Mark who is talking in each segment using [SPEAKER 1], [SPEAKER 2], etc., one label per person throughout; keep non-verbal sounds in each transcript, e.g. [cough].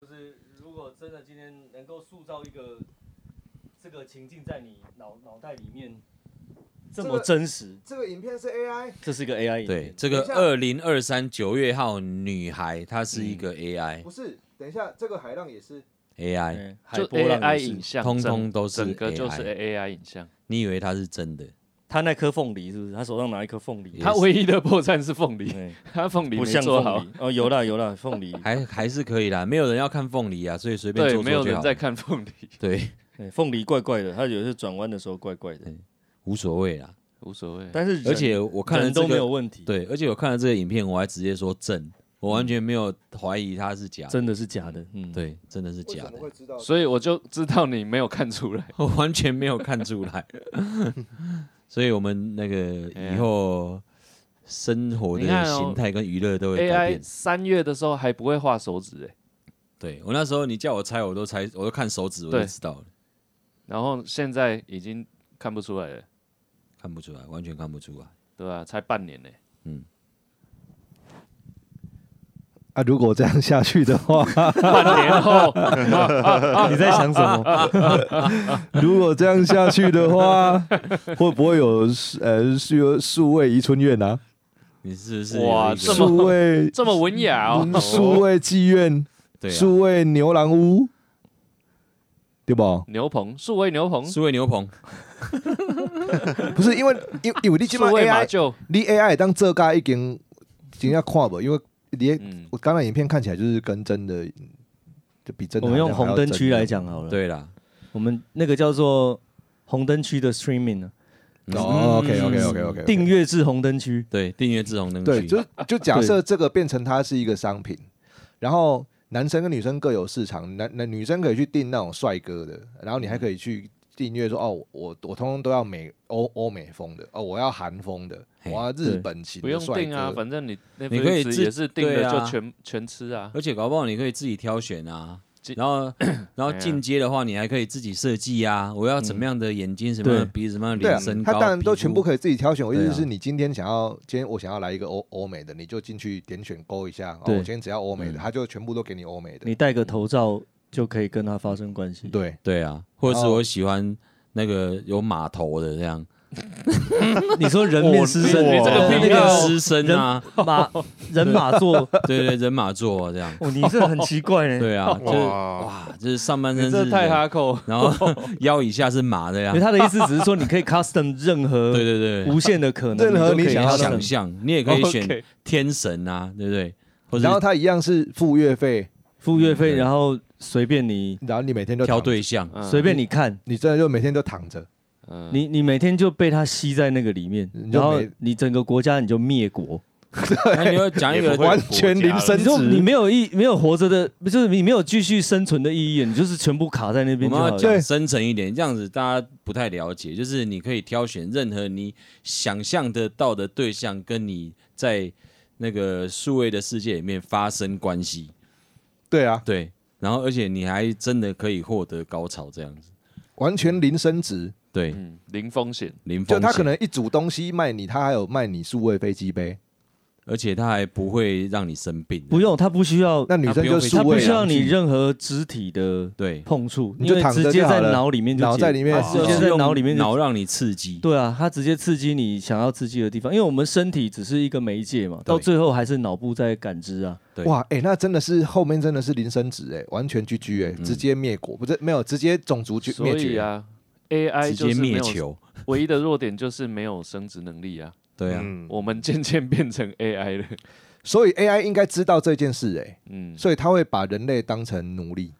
[SPEAKER 1] 就是如果真的今天能够塑造一个这个情境在你脑脑袋里面这么真实，
[SPEAKER 2] 这个影片是 AI，
[SPEAKER 1] 这是一个 AI 影
[SPEAKER 3] 对
[SPEAKER 1] 片，
[SPEAKER 3] 这个
[SPEAKER 2] 等
[SPEAKER 3] 二零二三九月号女孩，她是一个
[SPEAKER 2] 不
[SPEAKER 3] AI，AI、
[SPEAKER 2] 是？等一下，这个海浪也是
[SPEAKER 3] AI
[SPEAKER 1] 对
[SPEAKER 4] 就
[SPEAKER 1] 哎波浪
[SPEAKER 4] AI
[SPEAKER 1] 也是
[SPEAKER 4] 影像，
[SPEAKER 3] 通
[SPEAKER 4] 整
[SPEAKER 3] 通都是
[SPEAKER 4] 整个就是
[SPEAKER 3] AI
[SPEAKER 4] AI 影像。
[SPEAKER 3] 你以为她是真的？
[SPEAKER 1] 他那颗凤梨是不是？他手上拿一颗凤梨，
[SPEAKER 3] 也
[SPEAKER 4] 它唯一的破绽是凤
[SPEAKER 3] [laughs]
[SPEAKER 4] 梨，
[SPEAKER 1] 对
[SPEAKER 4] [laughs] 它凤梨
[SPEAKER 1] 不
[SPEAKER 4] 没
[SPEAKER 1] 像
[SPEAKER 4] 做好
[SPEAKER 1] 凤梨，哦，有啦有啦，凤梨，
[SPEAKER 3] 还还是可以啦，没有人要看凤梨啊，所以随便
[SPEAKER 4] 对，
[SPEAKER 3] 做
[SPEAKER 4] 没
[SPEAKER 3] 做
[SPEAKER 4] 有
[SPEAKER 3] 就
[SPEAKER 4] 人
[SPEAKER 3] 好。
[SPEAKER 4] 在看凤梨， [laughs]
[SPEAKER 3] 对， [laughs]
[SPEAKER 1] 对哎凤梨怪怪的，他有一次转弯的时候怪怪的，
[SPEAKER 3] 无所谓啦。
[SPEAKER 4] 无所谓。
[SPEAKER 1] 但是人
[SPEAKER 3] 而且我看了
[SPEAKER 1] 人
[SPEAKER 3] 这
[SPEAKER 1] 都没有
[SPEAKER 3] 个，
[SPEAKER 1] 问题，，
[SPEAKER 3] 对，而且我看了这个影片，我还直接说正，我完全没有怀疑它是假的。
[SPEAKER 1] 真的是假的，嗯，
[SPEAKER 3] 对，真的是
[SPEAKER 2] 为
[SPEAKER 3] 假
[SPEAKER 2] 什
[SPEAKER 3] 的
[SPEAKER 2] 么，会知道？
[SPEAKER 4] 所以我就知道你没有看出来。
[SPEAKER 3] 我完全没有看出来。 [laughs] 所以我们那个
[SPEAKER 4] 哎呀
[SPEAKER 3] 以后生活
[SPEAKER 4] 你看
[SPEAKER 3] 的
[SPEAKER 4] 哦
[SPEAKER 3] 形态跟娱乐都会改
[SPEAKER 4] AI
[SPEAKER 3] 变。
[SPEAKER 4] 三月的时候还不会画手指、欸，
[SPEAKER 3] 对我那时候你叫我猜，我都猜，我都看手指我就
[SPEAKER 4] 对
[SPEAKER 3] 知道了，
[SPEAKER 4] 然后现在已经看不出来了，
[SPEAKER 3] 看不出来，完全看不出来。
[SPEAKER 4] 对吧、才半年呢、欸
[SPEAKER 1] [laughs]
[SPEAKER 5] 啊，如果这样下去的话，
[SPEAKER 4] 半年后，
[SPEAKER 5] 你在想什么？ [laughs] 如果这样下去的话，会不会有呃数数位遗春院啊？
[SPEAKER 3] 你是不是
[SPEAKER 4] 哇
[SPEAKER 3] 有一个
[SPEAKER 4] 这么
[SPEAKER 5] 数位
[SPEAKER 4] 这么文雅
[SPEAKER 1] 嗯
[SPEAKER 4] 哦、
[SPEAKER 5] 数位妓院，
[SPEAKER 3] 对啊
[SPEAKER 5] 数位牛郎屋，对吧？
[SPEAKER 4] 牛棚，数位牛棚，
[SPEAKER 3] 苏位牛棚，
[SPEAKER 5] 不是因为因因为你起
[SPEAKER 4] 数
[SPEAKER 5] 码
[SPEAKER 4] 位马
[SPEAKER 5] AI，
[SPEAKER 4] 厩，
[SPEAKER 5] 你 AI 当这家已经真正看不，因为你的
[SPEAKER 4] 嗯，
[SPEAKER 5] 我刚才影片看起来就是跟真的，就比真的
[SPEAKER 1] 我们用
[SPEAKER 5] 好像还
[SPEAKER 1] 红
[SPEAKER 5] 要
[SPEAKER 1] 灯区
[SPEAKER 5] 真
[SPEAKER 1] 来讲好了，，
[SPEAKER 3] 对啦。
[SPEAKER 1] 我们那个叫做红灯区的 streaming 啊，
[SPEAKER 5] 哦，OK OK OK OK，
[SPEAKER 1] 订阅制红灯区，
[SPEAKER 3] 对，订阅志同灯
[SPEAKER 5] 对，
[SPEAKER 3] 区，
[SPEAKER 5] 就是就假设这个变成它是一个商品，然后男生跟女生各有市场，男男女生可以去订那种帅哥的，然后你还可以去订阅说哦，我我通通都要美欧欧美风的，哦，我要韩风的，我
[SPEAKER 3] 嘿
[SPEAKER 5] 要日本型
[SPEAKER 4] 不
[SPEAKER 5] 的
[SPEAKER 4] 用
[SPEAKER 5] 帅
[SPEAKER 4] 订啊，
[SPEAKER 5] 哥。
[SPEAKER 4] 反正你那
[SPEAKER 3] 你可以自
[SPEAKER 4] 也是订
[SPEAKER 3] 对
[SPEAKER 4] 了
[SPEAKER 3] 啊
[SPEAKER 4] 就全、全吃啊，
[SPEAKER 3] 而且搞不好你可以自己挑选啊
[SPEAKER 4] 进。
[SPEAKER 3] 然后，然后进阶的话，你还可以自己设计啊。我要怎么样的眼睛，什么样的
[SPEAKER 1] 对
[SPEAKER 3] 鼻子，什么样的
[SPEAKER 5] 对啊
[SPEAKER 3] 脸，身
[SPEAKER 5] 他
[SPEAKER 3] 高，
[SPEAKER 5] 当然都
[SPEAKER 3] 皮
[SPEAKER 5] 全
[SPEAKER 3] 肤
[SPEAKER 5] 部可以自己挑选。我意
[SPEAKER 3] 对
[SPEAKER 5] 思
[SPEAKER 3] 啊
[SPEAKER 5] 是你今天想要，今天我想要来一个欧欧美的，你就进去点选勾一下。哦，我
[SPEAKER 1] 对
[SPEAKER 5] 今天只要欧美的，
[SPEAKER 3] 嗯
[SPEAKER 5] 他就全部都给你欧美的
[SPEAKER 1] 你。戴个头罩就可以跟他发生关系，
[SPEAKER 5] 对，
[SPEAKER 3] 对啊，或者是
[SPEAKER 5] 然后
[SPEAKER 3] 我喜欢那个有码头的这样，
[SPEAKER 1] 你说人面狮身，
[SPEAKER 4] 你你这个
[SPEAKER 1] 那
[SPEAKER 3] 那
[SPEAKER 4] 比较
[SPEAKER 3] 个
[SPEAKER 1] 哦个
[SPEAKER 3] 狮身啊，
[SPEAKER 1] 马人马座，
[SPEAKER 3] 对对，人马座啊
[SPEAKER 1] [laughs]
[SPEAKER 3] 这样。
[SPEAKER 1] 哦，你这很奇怪呢。
[SPEAKER 3] 对啊，就是
[SPEAKER 6] 哇
[SPEAKER 3] 哇，就是上半身
[SPEAKER 4] 你
[SPEAKER 3] 是
[SPEAKER 4] 这太
[SPEAKER 3] 人
[SPEAKER 4] 哈扣，
[SPEAKER 3] 然后腰以下是马的呀
[SPEAKER 1] 因为。他的意思只是说，你可以 custom 任何
[SPEAKER 3] 啊对对对，
[SPEAKER 1] 无限的可能，
[SPEAKER 5] 任何
[SPEAKER 1] 你都可以
[SPEAKER 5] 你想要的
[SPEAKER 1] custom
[SPEAKER 3] 想象，你也可以
[SPEAKER 4] OK
[SPEAKER 3] 选天神啊，对不对？或
[SPEAKER 5] 然后
[SPEAKER 3] 者
[SPEAKER 5] 他一样是付月费，
[SPEAKER 1] 付月费，
[SPEAKER 3] 对
[SPEAKER 1] 然后随便你
[SPEAKER 5] 然后你每天就是
[SPEAKER 3] 挑
[SPEAKER 5] 躺，
[SPEAKER 3] 对象，啊
[SPEAKER 4] 嗯
[SPEAKER 1] 随便你看，
[SPEAKER 5] 你真的就每天都躺着。
[SPEAKER 4] 嗯
[SPEAKER 1] 你你每天就被他吸在那个里面
[SPEAKER 5] 你，就
[SPEAKER 1] 然后
[SPEAKER 5] 没
[SPEAKER 1] 你整个国家你就灭国，
[SPEAKER 3] 那你要讲一
[SPEAKER 6] 也
[SPEAKER 3] 个
[SPEAKER 6] 不会有
[SPEAKER 5] 完
[SPEAKER 6] 国
[SPEAKER 5] 全
[SPEAKER 6] 家
[SPEAKER 5] 零
[SPEAKER 6] 了
[SPEAKER 5] 升
[SPEAKER 1] 你就
[SPEAKER 5] 值，
[SPEAKER 1] 你没有意没有活着的，就是你没有继续生存的意义，你就是全部卡在那
[SPEAKER 3] 我
[SPEAKER 1] 边就
[SPEAKER 3] 们
[SPEAKER 1] 好
[SPEAKER 3] 要
[SPEAKER 1] 了。
[SPEAKER 3] 讲深层一点，这样子大家不太了解。就是你可以挑选任何你想象得到的对象，跟你在那个数位的世界里面发生关系。
[SPEAKER 5] 对啊，
[SPEAKER 3] 对，然后而且你还真的可以获得高潮，这样子。
[SPEAKER 5] 完全零升值。
[SPEAKER 3] 对，
[SPEAKER 4] 嗯零风险，
[SPEAKER 3] 零风
[SPEAKER 5] 就
[SPEAKER 3] 险。
[SPEAKER 5] 他可，能一组东西卖你，他还有卖你数位飞机杯。
[SPEAKER 3] 而且他还不会让你生病。
[SPEAKER 1] 不用，他不需要，
[SPEAKER 5] 那女生
[SPEAKER 1] 他
[SPEAKER 5] 就数
[SPEAKER 1] 不
[SPEAKER 5] 位
[SPEAKER 1] 需
[SPEAKER 5] 啊，
[SPEAKER 1] 要你任何肢体的
[SPEAKER 3] 对，
[SPEAKER 1] 碰触，
[SPEAKER 5] 你就
[SPEAKER 1] 因为
[SPEAKER 5] 躺着
[SPEAKER 1] 直接
[SPEAKER 5] 就好
[SPEAKER 1] 在
[SPEAKER 5] 了
[SPEAKER 1] 脑里面就
[SPEAKER 5] 脑
[SPEAKER 1] 解
[SPEAKER 5] 在里面
[SPEAKER 1] 啊
[SPEAKER 5] 哦
[SPEAKER 1] 直接在脑里面就
[SPEAKER 3] 脑让你刺激。
[SPEAKER 1] 对啊，它直接刺激你想要刺激的地方，因为我们身体只是一个媒介嘛，
[SPEAKER 3] 对
[SPEAKER 1] 到最后还是脑部在感知啊。
[SPEAKER 3] 对
[SPEAKER 5] 哇，哎、那真的是后面真的是零升值哎、完全 GG 哎、
[SPEAKER 3] 嗯
[SPEAKER 5] 直接灭国，不是没有直接种族绝
[SPEAKER 4] 所
[SPEAKER 5] 灭
[SPEAKER 4] 以
[SPEAKER 5] 绝。
[SPEAKER 4] 啊，AI
[SPEAKER 3] 直
[SPEAKER 4] 就
[SPEAKER 3] 接
[SPEAKER 4] 是没
[SPEAKER 3] 灭
[SPEAKER 4] 有，
[SPEAKER 3] 球。
[SPEAKER 4] 唯一的弱点就是没有生殖能力啊。
[SPEAKER 3] 对啊，
[SPEAKER 6] 嗯，
[SPEAKER 4] 我们渐渐变成 AI 了，
[SPEAKER 5] 所以 AI 应该知道这件事哎、
[SPEAKER 4] 嗯，
[SPEAKER 5] 所以他会把人类当成奴隶。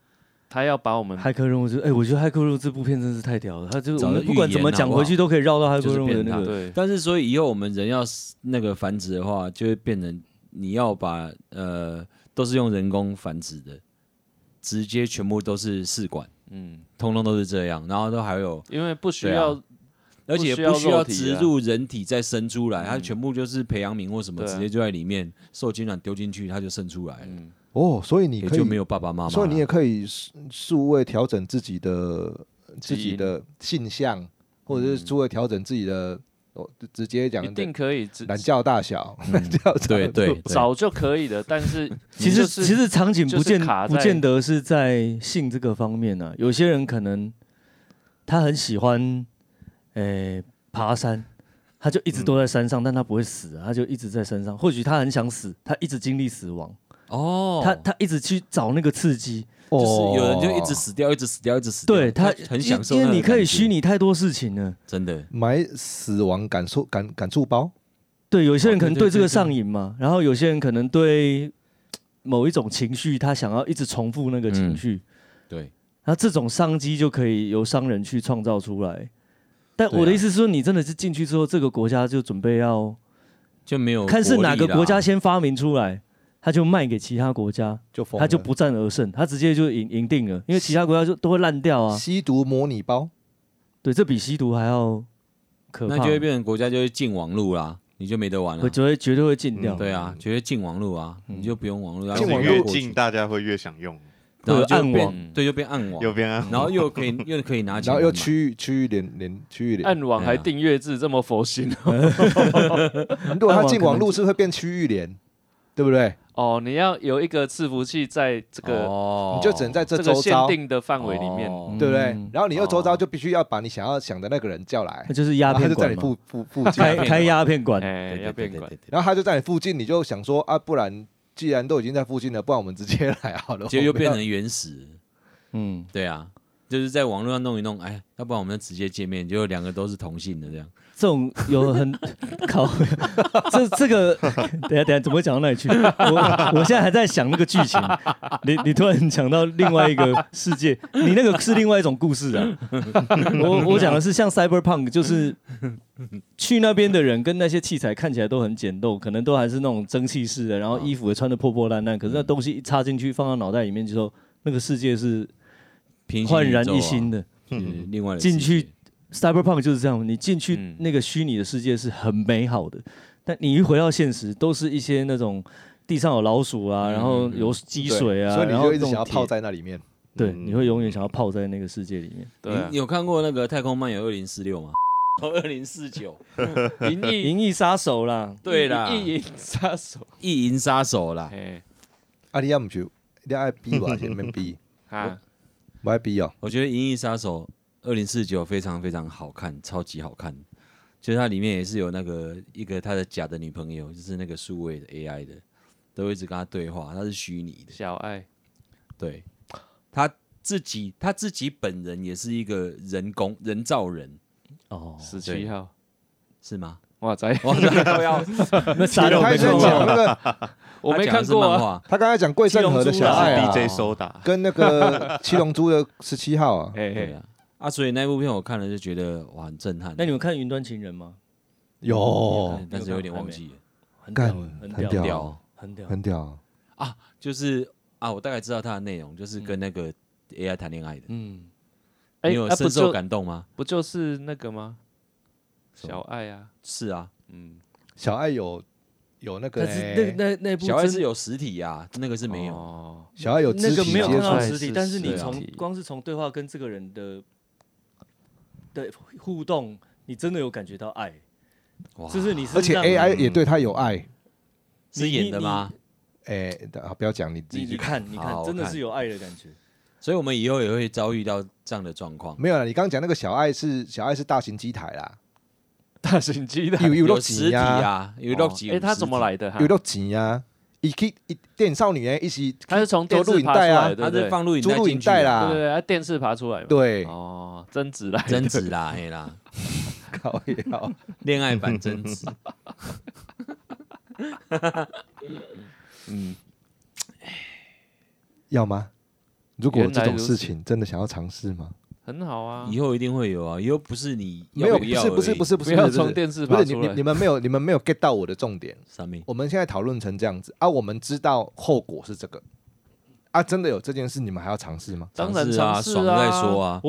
[SPEAKER 4] 他要把我
[SPEAKER 5] 嗯
[SPEAKER 4] 们
[SPEAKER 1] 骇客任务就，哎、我觉得骇客任务这部片真是太屌了，它就是
[SPEAKER 3] 找
[SPEAKER 1] 我
[SPEAKER 3] 了
[SPEAKER 1] 们不管
[SPEAKER 3] 预言
[SPEAKER 1] 怎么讲
[SPEAKER 3] 好不好
[SPEAKER 1] 回去都可以绕到骇客
[SPEAKER 3] 就是
[SPEAKER 1] 任务的那
[SPEAKER 3] 变
[SPEAKER 1] 个。
[SPEAKER 4] 对
[SPEAKER 3] 但是所以以后我们人要是那个繁殖的话，就会变成你要把呃都是用人工繁殖的，直接全部都是试管，
[SPEAKER 4] 嗯，
[SPEAKER 3] 通通都是这样，然后都还有，
[SPEAKER 4] 因为不需
[SPEAKER 3] 对啊
[SPEAKER 4] 要
[SPEAKER 3] 而且
[SPEAKER 4] 不需要
[SPEAKER 3] 不需要
[SPEAKER 4] 肉体
[SPEAKER 3] 植
[SPEAKER 4] 啊
[SPEAKER 3] 入人体再生出来，它
[SPEAKER 4] 嗯
[SPEAKER 3] 全部就是培养皿或什么，
[SPEAKER 4] 对啊
[SPEAKER 3] 直接就在里面受精卵丢进去，它就生出来了，
[SPEAKER 4] 嗯
[SPEAKER 5] 哦，所以你
[SPEAKER 3] 也
[SPEAKER 5] 可
[SPEAKER 3] 就
[SPEAKER 5] 以，
[SPEAKER 3] 没有爸爸妈妈了。嗯
[SPEAKER 5] 所以你也可以数数位调整自己的自
[SPEAKER 4] 基
[SPEAKER 5] 己
[SPEAKER 4] 因
[SPEAKER 5] 的性向，或者是
[SPEAKER 4] 嗯
[SPEAKER 5] 数位调整自己的我就直接讲
[SPEAKER 4] 一定可以，只
[SPEAKER 5] 懒觉大小，懒觉大小
[SPEAKER 3] 对对，对
[SPEAKER 4] 早就可以的，但是
[SPEAKER 1] 其实其实场景不见
[SPEAKER 4] 就是卡在
[SPEAKER 1] 不见得是在性这个方面呢、有些人可能他很喜欢，诶、爬山，他就一
[SPEAKER 3] 嗯
[SPEAKER 1] 直都在山上，但他不会死啊、他就一直在山上。或许他很想死，他一直经历死亡，
[SPEAKER 3] 哦，
[SPEAKER 1] 他他一直去找那个刺激，
[SPEAKER 3] [laughs] 就是有人就一直
[SPEAKER 5] 哦
[SPEAKER 3] 死掉，一直死掉，一直死掉，
[SPEAKER 1] 哦对他
[SPEAKER 3] 啊很享受，
[SPEAKER 1] 因为你可以虚，拟太多事情了。
[SPEAKER 3] 真的，
[SPEAKER 5] 买死亡感受感感触包，
[SPEAKER 1] 对，有些人
[SPEAKER 3] 哦
[SPEAKER 1] 可能
[SPEAKER 3] 对对
[SPEAKER 1] 对这个
[SPEAKER 3] 对对
[SPEAKER 1] 上瘾嘛，然后有些人可能对某一种情绪，他想要一直重复那个情
[SPEAKER 3] 嗯
[SPEAKER 1] 绪。
[SPEAKER 3] 对，
[SPEAKER 1] 那这种商机就可以由商人去创造出来。但
[SPEAKER 5] 对啊
[SPEAKER 1] 我的意思是说，你真的是进去之后，这个国家就准备要
[SPEAKER 3] 就没有
[SPEAKER 1] 看是
[SPEAKER 3] 活力
[SPEAKER 1] 哪个
[SPEAKER 3] 啦
[SPEAKER 1] 国家，先发明出来，他就卖给其他国家，
[SPEAKER 5] 就疯了
[SPEAKER 1] 他就不战而胜，他直接就赢赢定了，因为其他国家就都会烂掉啊。
[SPEAKER 5] 吸毒模拟包，
[SPEAKER 1] 对，这比吸毒还要可怕，
[SPEAKER 3] 那就会变成国家就会禁网路啦，你就没得玩
[SPEAKER 1] 会
[SPEAKER 3] 了。
[SPEAKER 1] 绝对绝对会禁掉。
[SPEAKER 5] 嗯
[SPEAKER 3] 对啊，绝对禁网路啊，
[SPEAKER 1] 嗯
[SPEAKER 3] 你就不用网路啦，
[SPEAKER 5] 禁
[SPEAKER 3] 然后
[SPEAKER 5] 网
[SPEAKER 3] 就
[SPEAKER 5] 路
[SPEAKER 6] 越
[SPEAKER 3] 过去
[SPEAKER 6] 近，大家会越想用，
[SPEAKER 3] 然后
[SPEAKER 1] 对
[SPEAKER 3] 就
[SPEAKER 1] 暗
[SPEAKER 3] 变
[SPEAKER 4] 网
[SPEAKER 3] 对，就变暗网，
[SPEAKER 6] 右边啊，
[SPEAKER 3] 然后又可以又可以拿钱
[SPEAKER 5] 然
[SPEAKER 3] 来买，
[SPEAKER 5] 后又区域区域联联区域联，
[SPEAKER 4] 暗网还订阅制这么佛心 [laughs] 哦
[SPEAKER 5] 如果
[SPEAKER 1] 暗
[SPEAKER 5] 他
[SPEAKER 1] 网
[SPEAKER 5] 进
[SPEAKER 1] 可能
[SPEAKER 5] 网路是会变区域联，对不对？
[SPEAKER 4] 哦，你要有一个伺服器在这个
[SPEAKER 3] 哦，
[SPEAKER 5] 你就只能在这
[SPEAKER 4] 这个
[SPEAKER 5] 周
[SPEAKER 4] 限
[SPEAKER 5] 遭，
[SPEAKER 4] 定的范围里面，
[SPEAKER 3] 哦
[SPEAKER 5] 对不对
[SPEAKER 1] 嗯？
[SPEAKER 5] 然后你又周遭就必须要把你想要想的那个人叫来
[SPEAKER 1] 那，就是鸦
[SPEAKER 5] 然后他
[SPEAKER 1] 片
[SPEAKER 5] 就
[SPEAKER 1] 馆
[SPEAKER 5] 在你
[SPEAKER 1] 嘛，
[SPEAKER 5] 附附附
[SPEAKER 1] [laughs]
[SPEAKER 5] 近，
[SPEAKER 1] 开
[SPEAKER 3] 片
[SPEAKER 1] 开鸦片馆，
[SPEAKER 4] 哎，
[SPEAKER 3] 对
[SPEAKER 4] 要变
[SPEAKER 3] 对对
[SPEAKER 4] 管
[SPEAKER 3] 对。对对
[SPEAKER 5] 然后他就在你附近，你就想说啊，不然既然都已经在附近了，不然我们直接来好了。
[SPEAKER 3] 结
[SPEAKER 5] [laughs]
[SPEAKER 3] 果又
[SPEAKER 5] 我们
[SPEAKER 3] 变
[SPEAKER 5] 要
[SPEAKER 3] 成原始，
[SPEAKER 1] 嗯，
[SPEAKER 3] 对啊，就是在网络上弄一弄，哎，要不然我们就直接见面，结果两个都是同性的这样，
[SPEAKER 1] 这种有很靠， [laughs] 这这个等一下等一下怎么会讲到那里去？我我现在还在想那个剧情，你你突然讲到另外一个世界，你那个是另外一种故事啊。我我讲的是像 cyberpunk，就是去那边的人跟那些器材看起来都很简陋，可能都还是那种蒸汽式的，然后
[SPEAKER 3] 嗯
[SPEAKER 1] 衣服也穿的破破烂烂，可是那东西一插进去放到脑袋里面之后，那个世界是
[SPEAKER 3] 平行
[SPEAKER 1] 焕
[SPEAKER 3] 宇
[SPEAKER 1] 然
[SPEAKER 3] 宙
[SPEAKER 1] 一
[SPEAKER 3] 啊
[SPEAKER 1] 新，的。
[SPEAKER 3] 是另外的
[SPEAKER 1] 进
[SPEAKER 3] 世
[SPEAKER 1] 去
[SPEAKER 3] 界
[SPEAKER 1] Cyberpunk 就是这样，你进去
[SPEAKER 4] 嗯
[SPEAKER 1] 那个虚拟的世界是很美好的，但你一回到现实，都是一些那种地上有老鼠啊，然后有积
[SPEAKER 5] 对
[SPEAKER 1] 水啊，
[SPEAKER 5] 所以你
[SPEAKER 1] 然后
[SPEAKER 5] 就一直想要
[SPEAKER 1] 那种
[SPEAKER 5] 泡
[SPEAKER 1] 铁，
[SPEAKER 5] 在那里面。
[SPEAKER 1] 对，
[SPEAKER 6] 嗯
[SPEAKER 1] 你会永远想要泡在那个世界里面。
[SPEAKER 4] 对啊
[SPEAKER 3] 你，有看过那个《太空漫游二零四六》吗？ [laughs] 二零四九，
[SPEAKER 4] 银
[SPEAKER 1] 《
[SPEAKER 4] 翼
[SPEAKER 1] 银翼杀手》啦，
[SPEAKER 3] 对啦，
[SPEAKER 4] 一
[SPEAKER 3] 《
[SPEAKER 4] 银杀手，
[SPEAKER 3] [laughs] 意淫杀手》啦，
[SPEAKER 4] 哎，
[SPEAKER 5] 啊，你要唔去？你爱逼我，前
[SPEAKER 1] [laughs]
[SPEAKER 5] 面逼，
[SPEAKER 4] 啊，
[SPEAKER 5] 不爱逼哦。
[SPEAKER 3] 我觉得《银翼杀手二零四九》非常非常好看，超级好看。就是它里面也是有那个一个他的假的女朋友，就是那个数位的 AI 的，都一直跟他对话，他是虚拟的。
[SPEAKER 4] 小爱，
[SPEAKER 3] 对，他自己他自己本人也是一个人工人造人，
[SPEAKER 1] 哦，
[SPEAKER 4] 十七号，
[SPEAKER 3] 是 [laughs] 吗？
[SPEAKER 4] 哇塞，
[SPEAKER 3] 哇，靠腰
[SPEAKER 1] [laughs] [laughs] 那杀人我
[SPEAKER 5] 他
[SPEAKER 1] 没
[SPEAKER 5] 先
[SPEAKER 1] 看
[SPEAKER 5] 讲
[SPEAKER 1] 过，
[SPEAKER 5] 那个，
[SPEAKER 4] 我
[SPEAKER 3] 他
[SPEAKER 4] 没
[SPEAKER 3] 讲
[SPEAKER 4] 看
[SPEAKER 3] 的是
[SPEAKER 4] 过
[SPEAKER 3] 漫
[SPEAKER 4] 啊，
[SPEAKER 3] 画，
[SPEAKER 5] 他刚才讲桂胜和的小爱
[SPEAKER 1] [laughs]
[SPEAKER 5] 啊，
[SPEAKER 6] DJ 收打，
[SPEAKER 5] 跟那个七龙珠的十七号啊，
[SPEAKER 4] 哎
[SPEAKER 3] 对
[SPEAKER 4] 哎，
[SPEAKER 3] 啊。啊，所以那部片我看了就觉得哇很震撼。
[SPEAKER 1] 那你们看《云端情人》吗？
[SPEAKER 5] 有
[SPEAKER 3] 对但哦是有点忘记了。
[SPEAKER 1] 很
[SPEAKER 5] 干
[SPEAKER 1] 屌，很
[SPEAKER 5] 很
[SPEAKER 1] 屌，
[SPEAKER 5] 屌
[SPEAKER 3] 哦
[SPEAKER 1] 很屌。
[SPEAKER 5] 很屌。
[SPEAKER 3] 就是啊，我大概知道它的内容，就是跟那个 AI 谈恋爱的。
[SPEAKER 1] 嗯，
[SPEAKER 4] 哎
[SPEAKER 3] 你有
[SPEAKER 4] 啊不
[SPEAKER 3] 深受
[SPEAKER 4] 就
[SPEAKER 3] 感动吗？
[SPEAKER 4] 不就是那个吗？
[SPEAKER 3] 什么
[SPEAKER 4] 小爱啊，
[SPEAKER 3] 是啊，
[SPEAKER 4] 嗯，
[SPEAKER 5] 小爱有有那个
[SPEAKER 1] 但是
[SPEAKER 5] 欸，
[SPEAKER 1] 那那那部
[SPEAKER 3] 小爱
[SPEAKER 1] 真
[SPEAKER 3] 是有实体呀，那个是没有。
[SPEAKER 4] 有，
[SPEAKER 5] 小爱有肢
[SPEAKER 1] 那个
[SPEAKER 5] 体
[SPEAKER 1] 没有
[SPEAKER 5] 接
[SPEAKER 1] 看到
[SPEAKER 5] 触，
[SPEAKER 1] 实体，
[SPEAKER 4] 是
[SPEAKER 1] 但是你
[SPEAKER 3] 是
[SPEAKER 1] 从
[SPEAKER 4] 实体
[SPEAKER 1] 光是从对话跟这个人的的互动，你真的有感觉到爱，
[SPEAKER 3] 哇，
[SPEAKER 1] 就是你是
[SPEAKER 5] 而且
[SPEAKER 1] 让
[SPEAKER 5] AI 也对他有爱。
[SPEAKER 3] 是演的吗？
[SPEAKER 5] 哎，啊，不要讲你自
[SPEAKER 1] 你你
[SPEAKER 5] 己去看。
[SPEAKER 1] 看你看，
[SPEAKER 3] 好
[SPEAKER 1] 真的
[SPEAKER 3] 我看
[SPEAKER 1] 是有爱的感觉。
[SPEAKER 3] 所以我们以后也会遭遇到这样的状况。
[SPEAKER 5] 没有了，你刚刚讲那个小爱是小爱是大型机台啦，
[SPEAKER 4] 大型机的，
[SPEAKER 5] 有有
[SPEAKER 3] 有
[SPEAKER 5] 六
[SPEAKER 3] 实
[SPEAKER 5] 级
[SPEAKER 3] 体
[SPEAKER 5] 呀，
[SPEAKER 3] 啊，有六集。
[SPEAKER 4] 哎，他怎么
[SPEAKER 3] 来？
[SPEAKER 4] 来的哈？
[SPEAKER 5] 有六级呀，一去一电影少女哎，一起
[SPEAKER 4] 他是从电
[SPEAKER 5] 走录
[SPEAKER 4] 视
[SPEAKER 5] 影
[SPEAKER 4] 爬出
[SPEAKER 5] 带啊
[SPEAKER 4] 来的，对
[SPEAKER 3] 他
[SPEAKER 4] 不
[SPEAKER 3] 是
[SPEAKER 4] 对？
[SPEAKER 3] 放录影
[SPEAKER 5] 租
[SPEAKER 3] 带
[SPEAKER 5] 录
[SPEAKER 3] 进
[SPEAKER 5] 影
[SPEAKER 3] 去
[SPEAKER 5] 带
[SPEAKER 3] 的
[SPEAKER 4] 对
[SPEAKER 5] 啦
[SPEAKER 4] 对，对，他电视爬出来嘛。
[SPEAKER 5] 对，
[SPEAKER 4] 哦，贞子来的
[SPEAKER 3] 贞子啦，嘿啦，
[SPEAKER 5] 搞也好，
[SPEAKER 3] 恋爱版贞子。
[SPEAKER 5] 要吗？如果有
[SPEAKER 4] 原来
[SPEAKER 5] 这种
[SPEAKER 4] 如
[SPEAKER 5] 事
[SPEAKER 4] 此
[SPEAKER 5] 情真的想要尝试吗？
[SPEAKER 4] 很好啊，
[SPEAKER 3] 以后一定会有啊，以后不是你
[SPEAKER 5] 没有，
[SPEAKER 3] 要
[SPEAKER 5] 不
[SPEAKER 3] 要
[SPEAKER 5] 是不是不
[SPEAKER 3] 是
[SPEAKER 5] 是不
[SPEAKER 4] 不
[SPEAKER 5] 是
[SPEAKER 4] 要
[SPEAKER 5] 不
[SPEAKER 4] 从
[SPEAKER 5] 是
[SPEAKER 4] 电视
[SPEAKER 5] 不
[SPEAKER 4] 爬
[SPEAKER 5] 是你
[SPEAKER 4] 出
[SPEAKER 5] 你
[SPEAKER 4] 来
[SPEAKER 5] 你。们没有你们没有 get 到我的重点。
[SPEAKER 3] 上面
[SPEAKER 5] 我们现在讨论成这样子啊，我们知道后果是这个啊，真的有这件事，你们还要尝试吗？
[SPEAKER 4] 当然
[SPEAKER 3] 尝试啊，
[SPEAKER 4] 尝试啊
[SPEAKER 3] 爽再说啊，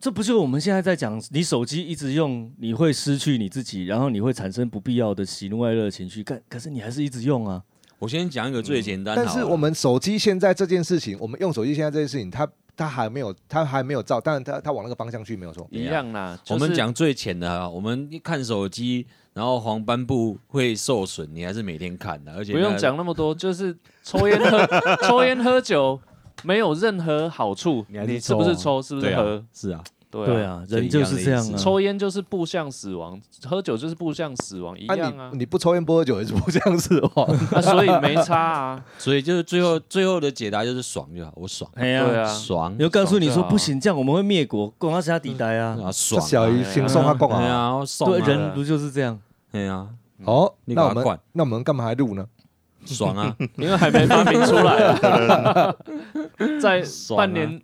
[SPEAKER 1] 这不就是我们现在在讲，你手机一直用，你会失去你自己，然后你会产生不必要的喜怒哀乐情绪。但可是你还是一直用啊，
[SPEAKER 3] 我先讲一个最简单好
[SPEAKER 5] 但
[SPEAKER 3] 了，
[SPEAKER 5] 是我们手机现在这件事情，我们用手机现在这件事情，它他还没有，他还没有照，但是他他往那个方向去没有错。
[SPEAKER 3] 对
[SPEAKER 4] 一
[SPEAKER 3] 啊
[SPEAKER 4] 样啦。
[SPEAKER 3] 我
[SPEAKER 4] 就
[SPEAKER 3] 们
[SPEAKER 4] 是
[SPEAKER 3] 讲最浅的啊，我们一看手机，然后黄斑部会受损，你还是每天看的、而且
[SPEAKER 4] 不用
[SPEAKER 3] 那
[SPEAKER 4] 讲，那么多，就是抽烟喝 [laughs] 抽烟喝酒没有任何好处，
[SPEAKER 3] 你还是
[SPEAKER 4] 是不是
[SPEAKER 3] 抽
[SPEAKER 4] 抽？是不
[SPEAKER 3] 对
[SPEAKER 4] 是
[SPEAKER 3] 啊
[SPEAKER 4] 喝？
[SPEAKER 3] 是啊，
[SPEAKER 4] 对
[SPEAKER 1] 对
[SPEAKER 4] 啊，
[SPEAKER 1] 啊，人就是这样啊。
[SPEAKER 4] 抽烟就是步向死亡，喝酒就是步向死亡一样啊
[SPEAKER 5] 你，你不抽烟不喝酒也是不这样子哦。
[SPEAKER 4] 啊所以没差
[SPEAKER 5] [laughs]
[SPEAKER 4] 啊。
[SPEAKER 3] 所以就是最后最后的解答就是爽就好，我爽，
[SPEAKER 1] 哎
[SPEAKER 4] 对
[SPEAKER 1] 呀，
[SPEAKER 4] 啊，
[SPEAKER 3] 爽
[SPEAKER 1] 你就告诉你
[SPEAKER 4] 爽
[SPEAKER 1] 说
[SPEAKER 4] 就好
[SPEAKER 1] 不行，这样我们会灭国，管他其他底带啊。
[SPEAKER 3] 啊爽啊，
[SPEAKER 5] 小鱼
[SPEAKER 4] 哎
[SPEAKER 5] 轻
[SPEAKER 4] 呀
[SPEAKER 5] 松他共
[SPEAKER 3] 对
[SPEAKER 5] 啊。
[SPEAKER 3] 啊，我爽啊
[SPEAKER 1] 对，人不就是这样？
[SPEAKER 3] 对啊，
[SPEAKER 5] 哦，
[SPEAKER 3] 你
[SPEAKER 5] 那我
[SPEAKER 3] 把它
[SPEAKER 5] 们
[SPEAKER 3] 灌
[SPEAKER 5] 那我们干嘛还录呢？
[SPEAKER 3] 爽啊，
[SPEAKER 4] 因为还没
[SPEAKER 1] [laughs]
[SPEAKER 4] 发明出来啊，在半年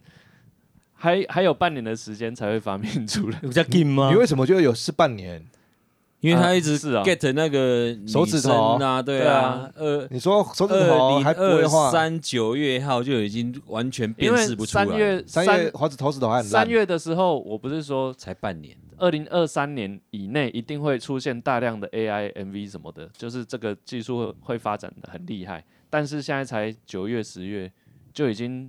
[SPEAKER 4] 还还有半年的时间才会发明出来。
[SPEAKER 1] 有叫 game 吗
[SPEAKER 5] 你？为什么觉得有是半年？
[SPEAKER 3] [laughs] 因为他一
[SPEAKER 4] 啊
[SPEAKER 3] 直
[SPEAKER 4] 是啊
[SPEAKER 3] get 那个
[SPEAKER 5] 手指头
[SPEAKER 3] 女生啊，对啊，二
[SPEAKER 5] 你说手指
[SPEAKER 3] 二
[SPEAKER 5] 头啊
[SPEAKER 3] 零
[SPEAKER 5] 还不会
[SPEAKER 3] 二
[SPEAKER 5] 画，
[SPEAKER 3] 三九月号就已经完全
[SPEAKER 4] 因
[SPEAKER 3] 辨
[SPEAKER 4] 为
[SPEAKER 3] 识不出来
[SPEAKER 4] 三
[SPEAKER 3] 了，
[SPEAKER 4] 月
[SPEAKER 5] 三月手指头指头还很烂
[SPEAKER 4] 三。月的时候，我不是说
[SPEAKER 3] 才半年的，
[SPEAKER 4] 二零二三年以内一定会出现大量的 AI MV 什么的，就是这个技术会会发展的很厉害。但是现在才九月、十月就已经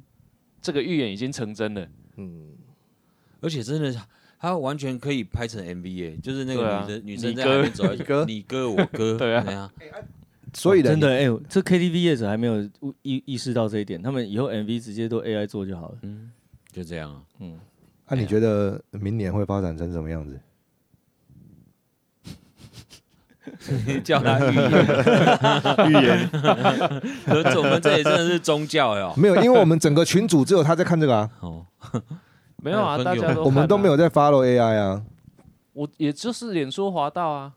[SPEAKER 4] 这个预言已经成真了。
[SPEAKER 2] 嗯，
[SPEAKER 3] 而且真的。他完全可以拍成 MV 耶，就是那个
[SPEAKER 4] 对啊
[SPEAKER 3] 女生、女生
[SPEAKER 4] 你
[SPEAKER 3] 在
[SPEAKER 4] 哥
[SPEAKER 3] 那边走来走
[SPEAKER 5] 你
[SPEAKER 3] 去，
[SPEAKER 5] 哥
[SPEAKER 3] [laughs] 你哥我哥，
[SPEAKER 4] 对啊
[SPEAKER 5] 所以呢
[SPEAKER 1] 真的，哎、呦，这 KTV 业者还没有意意识到这一点，他们以后 MV 直接都 AI 做就好了。
[SPEAKER 3] 嗯，就这样啊。
[SPEAKER 5] 那你觉得明年会发展成什么样子？
[SPEAKER 3] 叫他预言，
[SPEAKER 2] 预言
[SPEAKER 3] [laughs] 可是我们这里真的是宗教哟。
[SPEAKER 5] [laughs] 没有，因为我们整个群组只有他在看这个啊，
[SPEAKER 3] 哦，
[SPEAKER 4] 没有啊，
[SPEAKER 3] 哎分
[SPEAKER 4] 大
[SPEAKER 3] 给
[SPEAKER 4] 家
[SPEAKER 3] 我
[SPEAKER 4] 都、
[SPEAKER 5] 我们都没
[SPEAKER 4] 有，
[SPEAKER 5] 有在 follow AI 啊。
[SPEAKER 4] 我也就是脸书滑到啊，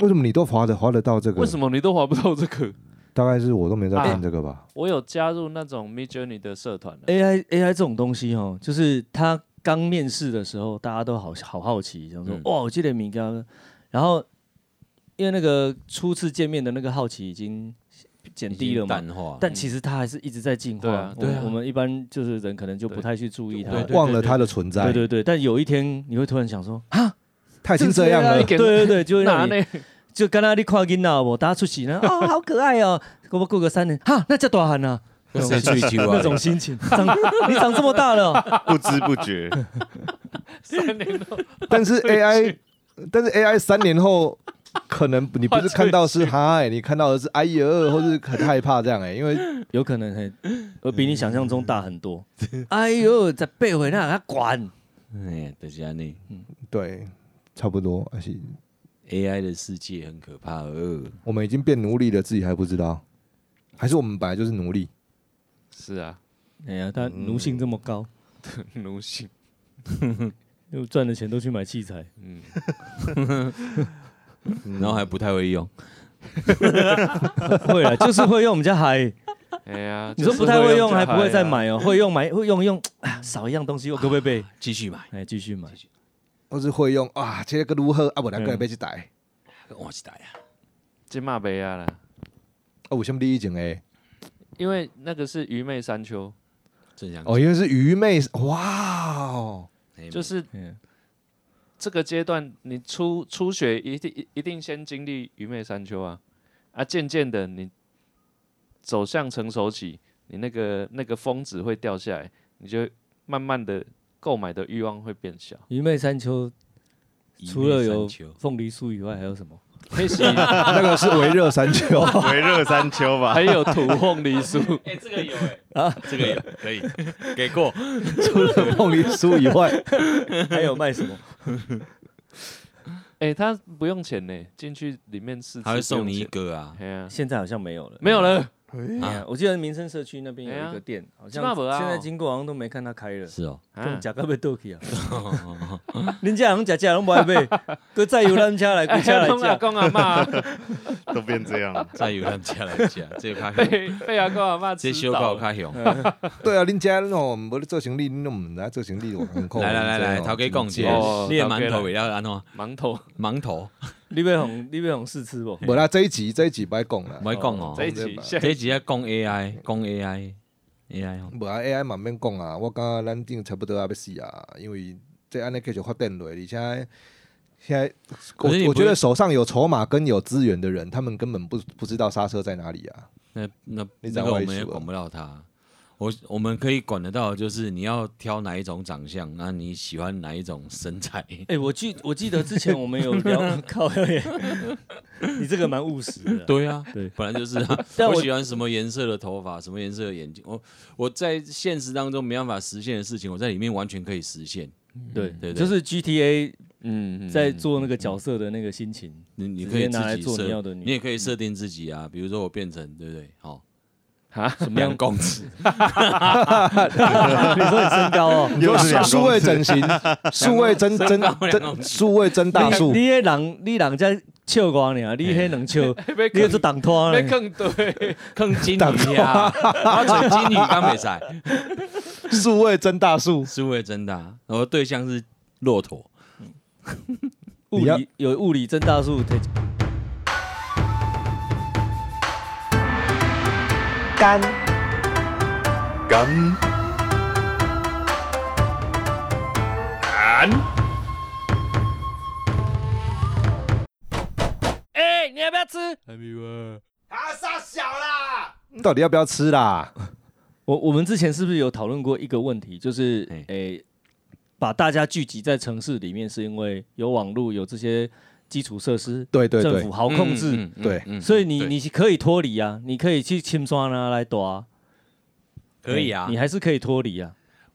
[SPEAKER 5] 为什么你都划得划得到这个？
[SPEAKER 4] 为什么你都滑不到这个？ [laughs]
[SPEAKER 5] 大概是我都没在看这个吧。
[SPEAKER 4] 我有加入那种 Mid Journey 的社团啊
[SPEAKER 1] AI AI 这种东西哦，就是他刚面试的时候，大家都好好好奇，想说、哦
[SPEAKER 3] 嗯
[SPEAKER 1] 哇，我记得米高，然后因为那个初次见面的那个好奇已经减低了嘛，
[SPEAKER 3] 淡化，
[SPEAKER 1] 但其实它还是一直在进化。
[SPEAKER 4] 对啊
[SPEAKER 1] 我们
[SPEAKER 3] 对啊
[SPEAKER 1] 我们一般就是人可能就不太去注意它。
[SPEAKER 3] 对对
[SPEAKER 5] 忘了它的存在，
[SPEAKER 1] 啊对对对但有一天你会突然想说，
[SPEAKER 5] 他已
[SPEAKER 1] [laughs]
[SPEAKER 5] 经这样
[SPEAKER 1] 个
[SPEAKER 5] 了
[SPEAKER 1] AI。对对对，就会
[SPEAKER 4] 那
[SPEAKER 1] 让你
[SPEAKER 4] 那
[SPEAKER 1] 就刚刚你看囡仔无，大家出席呢，哦，好可爱哦，过不过个三年，哈，那叫大汉啊，
[SPEAKER 3] 那 [laughs] 谁追求啊？
[SPEAKER 1] [laughs] 那种心情，长你长这么大了哦，
[SPEAKER 2] 不知不觉，
[SPEAKER 4] [laughs] 三年后
[SPEAKER 5] 但是 AI，但 [laughs] 是 AI 三年后，可能你不是看到是嗨，你看到的是哎呀，或是很害怕这样哎、因为
[SPEAKER 1] [laughs] 有可能很，我比你想象中大很多。 [laughs] 哎呦，在背回那他管，
[SPEAKER 3] 哎，就是安尼
[SPEAKER 5] 对，差不多，而且
[SPEAKER 3] AI 的世界很可怕哦。
[SPEAKER 5] 我们已经变奴隶了，自己还不知道，还是我们本来就是奴隶。
[SPEAKER 4] 是啊，
[SPEAKER 1] 哎呀，他奴性这么高，
[SPEAKER 4] 奴性，
[SPEAKER 1] 又赚的钱都去买器 [laughs] 材，
[SPEAKER 4] 嗯，
[SPEAKER 3] 然后还不太会用，
[SPEAKER 1] 会啊，就是会用我们家 [laughs] 海。
[SPEAKER 4] 哎呀，
[SPEAKER 1] [laughs] 你说不太会用，还不会再
[SPEAKER 4] 啊。
[SPEAKER 1] 买哦？会用买会用 [coughs] 用，啊少一样东西，我可不可以背？
[SPEAKER 3] 继续买，
[SPEAKER 1] 哎，继续买。
[SPEAKER 5] 或是会用啊，这个如何啊？我两个人被去逮啊，
[SPEAKER 3] 我是大呀。
[SPEAKER 4] 金马杯啊啦，
[SPEAKER 5] 我先第一景哎，
[SPEAKER 4] 因为那个是愚昧山丘，
[SPEAKER 3] 正想
[SPEAKER 5] 哦，因为是愚昧，哇哦，
[SPEAKER 3] 讲
[SPEAKER 4] 就是
[SPEAKER 1] 嗯，
[SPEAKER 4] 这个阶段，你初初学一定一一定先经历愚昧山丘啊，啊，渐渐的你走向成熟期，你那个那个峰值会掉下来，你就慢慢的购买的欲望会变
[SPEAKER 1] [laughs]
[SPEAKER 4] 小。
[SPEAKER 1] 愚昧山丘
[SPEAKER 3] 一
[SPEAKER 1] 除了
[SPEAKER 3] 面山
[SPEAKER 1] 有
[SPEAKER 3] 丘
[SPEAKER 1] 凤梨酥以外，还有 [laughs] 什么？
[SPEAKER 4] 可以洗，
[SPEAKER 5] 那个是维热山丘， [laughs]
[SPEAKER 2] 回热山丘吧
[SPEAKER 4] 还。有土凤梨酥，
[SPEAKER 3] 哎，这个有哎啊，这个有可以给过，
[SPEAKER 5] 除了凤梨酥以外，
[SPEAKER 1] 还有卖什么？
[SPEAKER 4] [laughs] 哎、他不用钱呢，进去里面试，
[SPEAKER 3] 他会送你一，个啊。
[SPEAKER 4] 哎呀、
[SPEAKER 1] 现在好像没有了，
[SPEAKER 4] 没
[SPEAKER 3] [laughs]
[SPEAKER 4] 有了，
[SPEAKER 1] 哎呀。我记得民生社区那边
[SPEAKER 4] 哎
[SPEAKER 1] 有
[SPEAKER 4] 呀
[SPEAKER 1] 一个店，好
[SPEAKER 4] 这嘛
[SPEAKER 1] 像
[SPEAKER 4] 没啊
[SPEAKER 1] 现在经过好像都没看它开了。
[SPEAKER 3] 是哦，
[SPEAKER 1] 跟
[SPEAKER 4] 啊，
[SPEAKER 1] 假个被倒去啊！恁家人假假拢不爱买，搁再由咱家来，
[SPEAKER 4] 哎
[SPEAKER 1] 搁家
[SPEAKER 4] 呀，
[SPEAKER 1] 来
[SPEAKER 4] [laughs] 公阿
[SPEAKER 1] 假。
[SPEAKER 4] 公阿妈
[SPEAKER 3] [laughs]
[SPEAKER 2] 都变这样了。
[SPEAKER 3] 再有人家来讲，这个开
[SPEAKER 4] [laughs] 被被阿公阿妈
[SPEAKER 3] 这
[SPEAKER 4] 吃
[SPEAKER 3] 修
[SPEAKER 4] 到
[SPEAKER 3] 告
[SPEAKER 4] 了，
[SPEAKER 3] 开熊。
[SPEAKER 5] 对啊，恁家那种无咧做生意，恁都唔知道做生意，我很苦。
[SPEAKER 3] 来来来来，头家讲起来
[SPEAKER 4] 哦，
[SPEAKER 3] 你的
[SPEAKER 4] 头家
[SPEAKER 3] 馒头
[SPEAKER 4] 来
[SPEAKER 3] 尾要安怎样？
[SPEAKER 4] 馒头
[SPEAKER 3] 馒头，
[SPEAKER 1] 你被红，你被红试吃不？
[SPEAKER 5] 无啦，这一集这一集不爱讲啦
[SPEAKER 3] 唔，系讲哦
[SPEAKER 4] 这。一集下
[SPEAKER 3] 这一集要讲 AI，讲 AI，AI 哦。
[SPEAKER 5] 无啊 AI 慢慢讲啊，我感觉咱顶差不多啊要死啊，因为这安尼继续发展落，而且。现在，我
[SPEAKER 3] 可是你
[SPEAKER 5] 我
[SPEAKER 3] 不是
[SPEAKER 5] 觉得手上有筹码跟有资源的人，他们根本不不知道刹车在哪里啊！
[SPEAKER 3] 那那
[SPEAKER 5] 你
[SPEAKER 3] 那
[SPEAKER 5] 掌
[SPEAKER 3] 个我
[SPEAKER 5] 握
[SPEAKER 3] 们
[SPEAKER 5] 一
[SPEAKER 3] 也
[SPEAKER 5] 束啊
[SPEAKER 3] 管不到他。我我我们可以管得到，就是你要挑哪一种长相，那你喜欢哪一种身材？
[SPEAKER 1] 哎、我记我记得之前我们有聊靠耶，你这个蛮务实的啊。
[SPEAKER 3] 对啊，
[SPEAKER 1] 对
[SPEAKER 3] 本来
[SPEAKER 1] [laughs]。
[SPEAKER 3] 就是啊
[SPEAKER 1] 但
[SPEAKER 3] 我
[SPEAKER 1] 我
[SPEAKER 3] 喜欢什么颜色的头发，什么颜色的眼睛，我我在现实当中没办法实现的事情，我在里面完全可以实现。
[SPEAKER 1] 对
[SPEAKER 3] 对对
[SPEAKER 1] 嗯就是 GTA
[SPEAKER 4] 嗯，嗯
[SPEAKER 1] 在做那个角色的那个心情，
[SPEAKER 3] 你你
[SPEAKER 1] 直
[SPEAKER 3] 可
[SPEAKER 1] 接
[SPEAKER 3] 以
[SPEAKER 1] 拿来
[SPEAKER 3] 自己
[SPEAKER 1] 做你要
[SPEAKER 3] 设，
[SPEAKER 1] 的女
[SPEAKER 3] 你也可以设定自己啊，比如说我变成对不对？好，
[SPEAKER 4] 啊
[SPEAKER 3] 什么样公尺？
[SPEAKER 1] 你 [laughs] 说你身高哦，
[SPEAKER 5] 你说
[SPEAKER 2] 又是两公尺
[SPEAKER 5] 数位整形，数位
[SPEAKER 3] [laughs]
[SPEAKER 5] 增增
[SPEAKER 3] 两公尺
[SPEAKER 5] 增，数位增大数
[SPEAKER 1] 你，你那人你人家笑瓜你啊，你那能笑，
[SPEAKER 4] 被
[SPEAKER 1] 你
[SPEAKER 4] 坑
[SPEAKER 1] 有这挡
[SPEAKER 5] 啊
[SPEAKER 1] 拖
[SPEAKER 4] 被
[SPEAKER 1] 呢？
[SPEAKER 4] 坑对，
[SPEAKER 3] 坑金鱼啊，然后整金鱼刚没在，
[SPEAKER 5] [laughs] 数位增大数，
[SPEAKER 3] 是为真的啊。我的对象是骆驼，
[SPEAKER 1] 物
[SPEAKER 5] 你要
[SPEAKER 1] 理有物理增大术，推
[SPEAKER 6] 干
[SPEAKER 2] 干
[SPEAKER 4] 哎，你要不要吃？
[SPEAKER 5] 到底要不要吃啦？
[SPEAKER 1] 我我们之前是不是有讨论过一个问题，就是
[SPEAKER 3] 嘿
[SPEAKER 1] 诶、把大家聚集在城市里面，是因为有网络，有这些基础设施，
[SPEAKER 5] 对对
[SPEAKER 1] 政
[SPEAKER 5] 对
[SPEAKER 1] 府，好哦控制，
[SPEAKER 3] 嗯
[SPEAKER 5] 对
[SPEAKER 1] 所以你
[SPEAKER 3] 对
[SPEAKER 1] 你可以脱离啊，你可以去清刷啊来躲啊，
[SPEAKER 3] 可以啊
[SPEAKER 1] 你。还是可以脱离啊。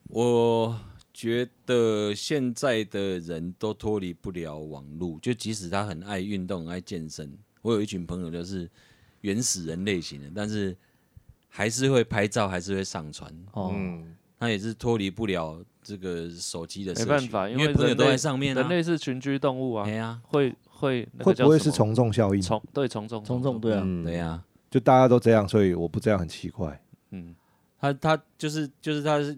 [SPEAKER 3] 我觉得现在的人都脱离不了网络，就即使他很爱运动、很爱健身，我有一群朋友就是原始人类型的，但是还是会拍照，还是会上传，
[SPEAKER 1] 哦，
[SPEAKER 2] 嗯，
[SPEAKER 3] 他也是脱离不了这个手机的社
[SPEAKER 4] 没
[SPEAKER 3] 群
[SPEAKER 4] 办法，因
[SPEAKER 3] 因为
[SPEAKER 4] 为
[SPEAKER 3] 朋友
[SPEAKER 4] 人
[SPEAKER 3] 都在
[SPEAKER 4] 类
[SPEAKER 3] 上面
[SPEAKER 4] 人
[SPEAKER 3] 啊。
[SPEAKER 4] 类是群居动物啊
[SPEAKER 3] 哎，呀，
[SPEAKER 4] 会会那
[SPEAKER 5] 会
[SPEAKER 4] 个叫
[SPEAKER 5] 不会
[SPEAKER 4] 什
[SPEAKER 5] 是
[SPEAKER 4] 么
[SPEAKER 5] 从众效应？
[SPEAKER 4] 从对从众
[SPEAKER 1] 从众对啊，
[SPEAKER 2] 嗯
[SPEAKER 3] 对，呀，
[SPEAKER 5] 就大家都这样，所以我不这样很奇怪。
[SPEAKER 4] 嗯，
[SPEAKER 3] 他他就是就是他是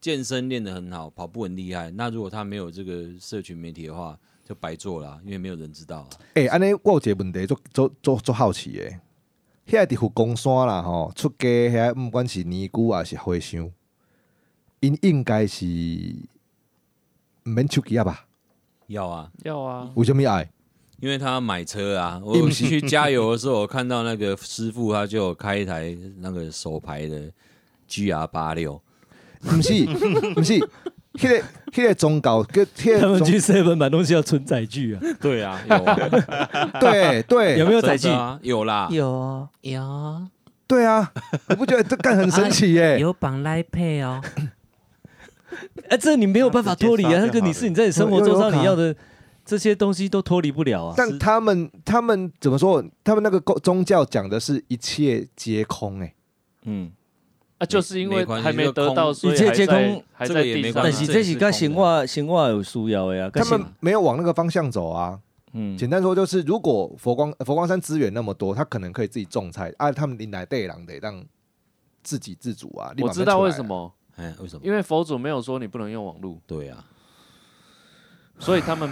[SPEAKER 3] 健身练得很好，跑步很厉害。那如果他没有这个社群媒体的话，就白做了啊、因为没有人知道啊、
[SPEAKER 5] 哎、安尼我有一个问题，做做做做好奇诶。遐伫佛光山啦吼，出家遐，毋管是尼姑啊还是和尚，因应该是毋免手机啊吧？
[SPEAKER 3] 要啊，
[SPEAKER 4] 要啊，
[SPEAKER 5] 为什么爱？
[SPEAKER 3] 因为他要买车啊，我去加油的时候，我看到那个师傅他就有开一台那个手排的 GR 八六，
[SPEAKER 5] 毋是 [laughs] 毋是，迄、个迄、个宗教，跟迄、
[SPEAKER 1] 他
[SPEAKER 5] 个
[SPEAKER 1] 们
[SPEAKER 5] 宗
[SPEAKER 1] 去 seven 买东西要存载具啊，
[SPEAKER 3] 对啊，有啊，
[SPEAKER 5] 对对
[SPEAKER 1] 有没有载具
[SPEAKER 3] 真的？啊，有啦，
[SPEAKER 6] 有哦，
[SPEAKER 3] 有
[SPEAKER 5] 对啊，我不觉得这干很神奇耶、
[SPEAKER 6] 有绑来配哦。
[SPEAKER 1] 哎，这你没有办法脱离
[SPEAKER 2] 直接
[SPEAKER 1] 啊，
[SPEAKER 2] 刷
[SPEAKER 1] 那个你是你在你生活周遭你要的这些东西都脱离不了啊。
[SPEAKER 5] 但他们他们怎么说？他们那个宗宗教讲的是一切皆空哎、
[SPEAKER 1] 嗯，
[SPEAKER 4] 啊，就是因为
[SPEAKER 3] 没关系
[SPEAKER 4] 还没得到，
[SPEAKER 3] 就空
[SPEAKER 4] 所以
[SPEAKER 1] 一切
[SPEAKER 4] 还
[SPEAKER 1] 皆
[SPEAKER 4] 在
[SPEAKER 1] 空
[SPEAKER 4] 还
[SPEAKER 3] 这
[SPEAKER 4] 在
[SPEAKER 3] 个也
[SPEAKER 4] 地
[SPEAKER 3] 没
[SPEAKER 4] 上
[SPEAKER 3] 关
[SPEAKER 1] 但
[SPEAKER 4] 啊。
[SPEAKER 1] 是
[SPEAKER 3] 系
[SPEAKER 1] 这是跟神话神话有需要的呀，跟
[SPEAKER 5] 他
[SPEAKER 1] 神
[SPEAKER 5] 们没有往那个方向走啊。
[SPEAKER 1] 嗯
[SPEAKER 5] 简单说就是，如果佛光佛光山资源那么多，他可能可以自己种菜，啊，他们林来对狼得让自给自足啊。你
[SPEAKER 4] 我
[SPEAKER 5] 慢慢
[SPEAKER 4] 知道
[SPEAKER 5] 出来
[SPEAKER 4] 为
[SPEAKER 5] 啊
[SPEAKER 4] 什，么，
[SPEAKER 3] 哎，为什么？
[SPEAKER 4] 因为佛祖没有说你不能用网络，
[SPEAKER 3] 对啊，
[SPEAKER 4] 所以他们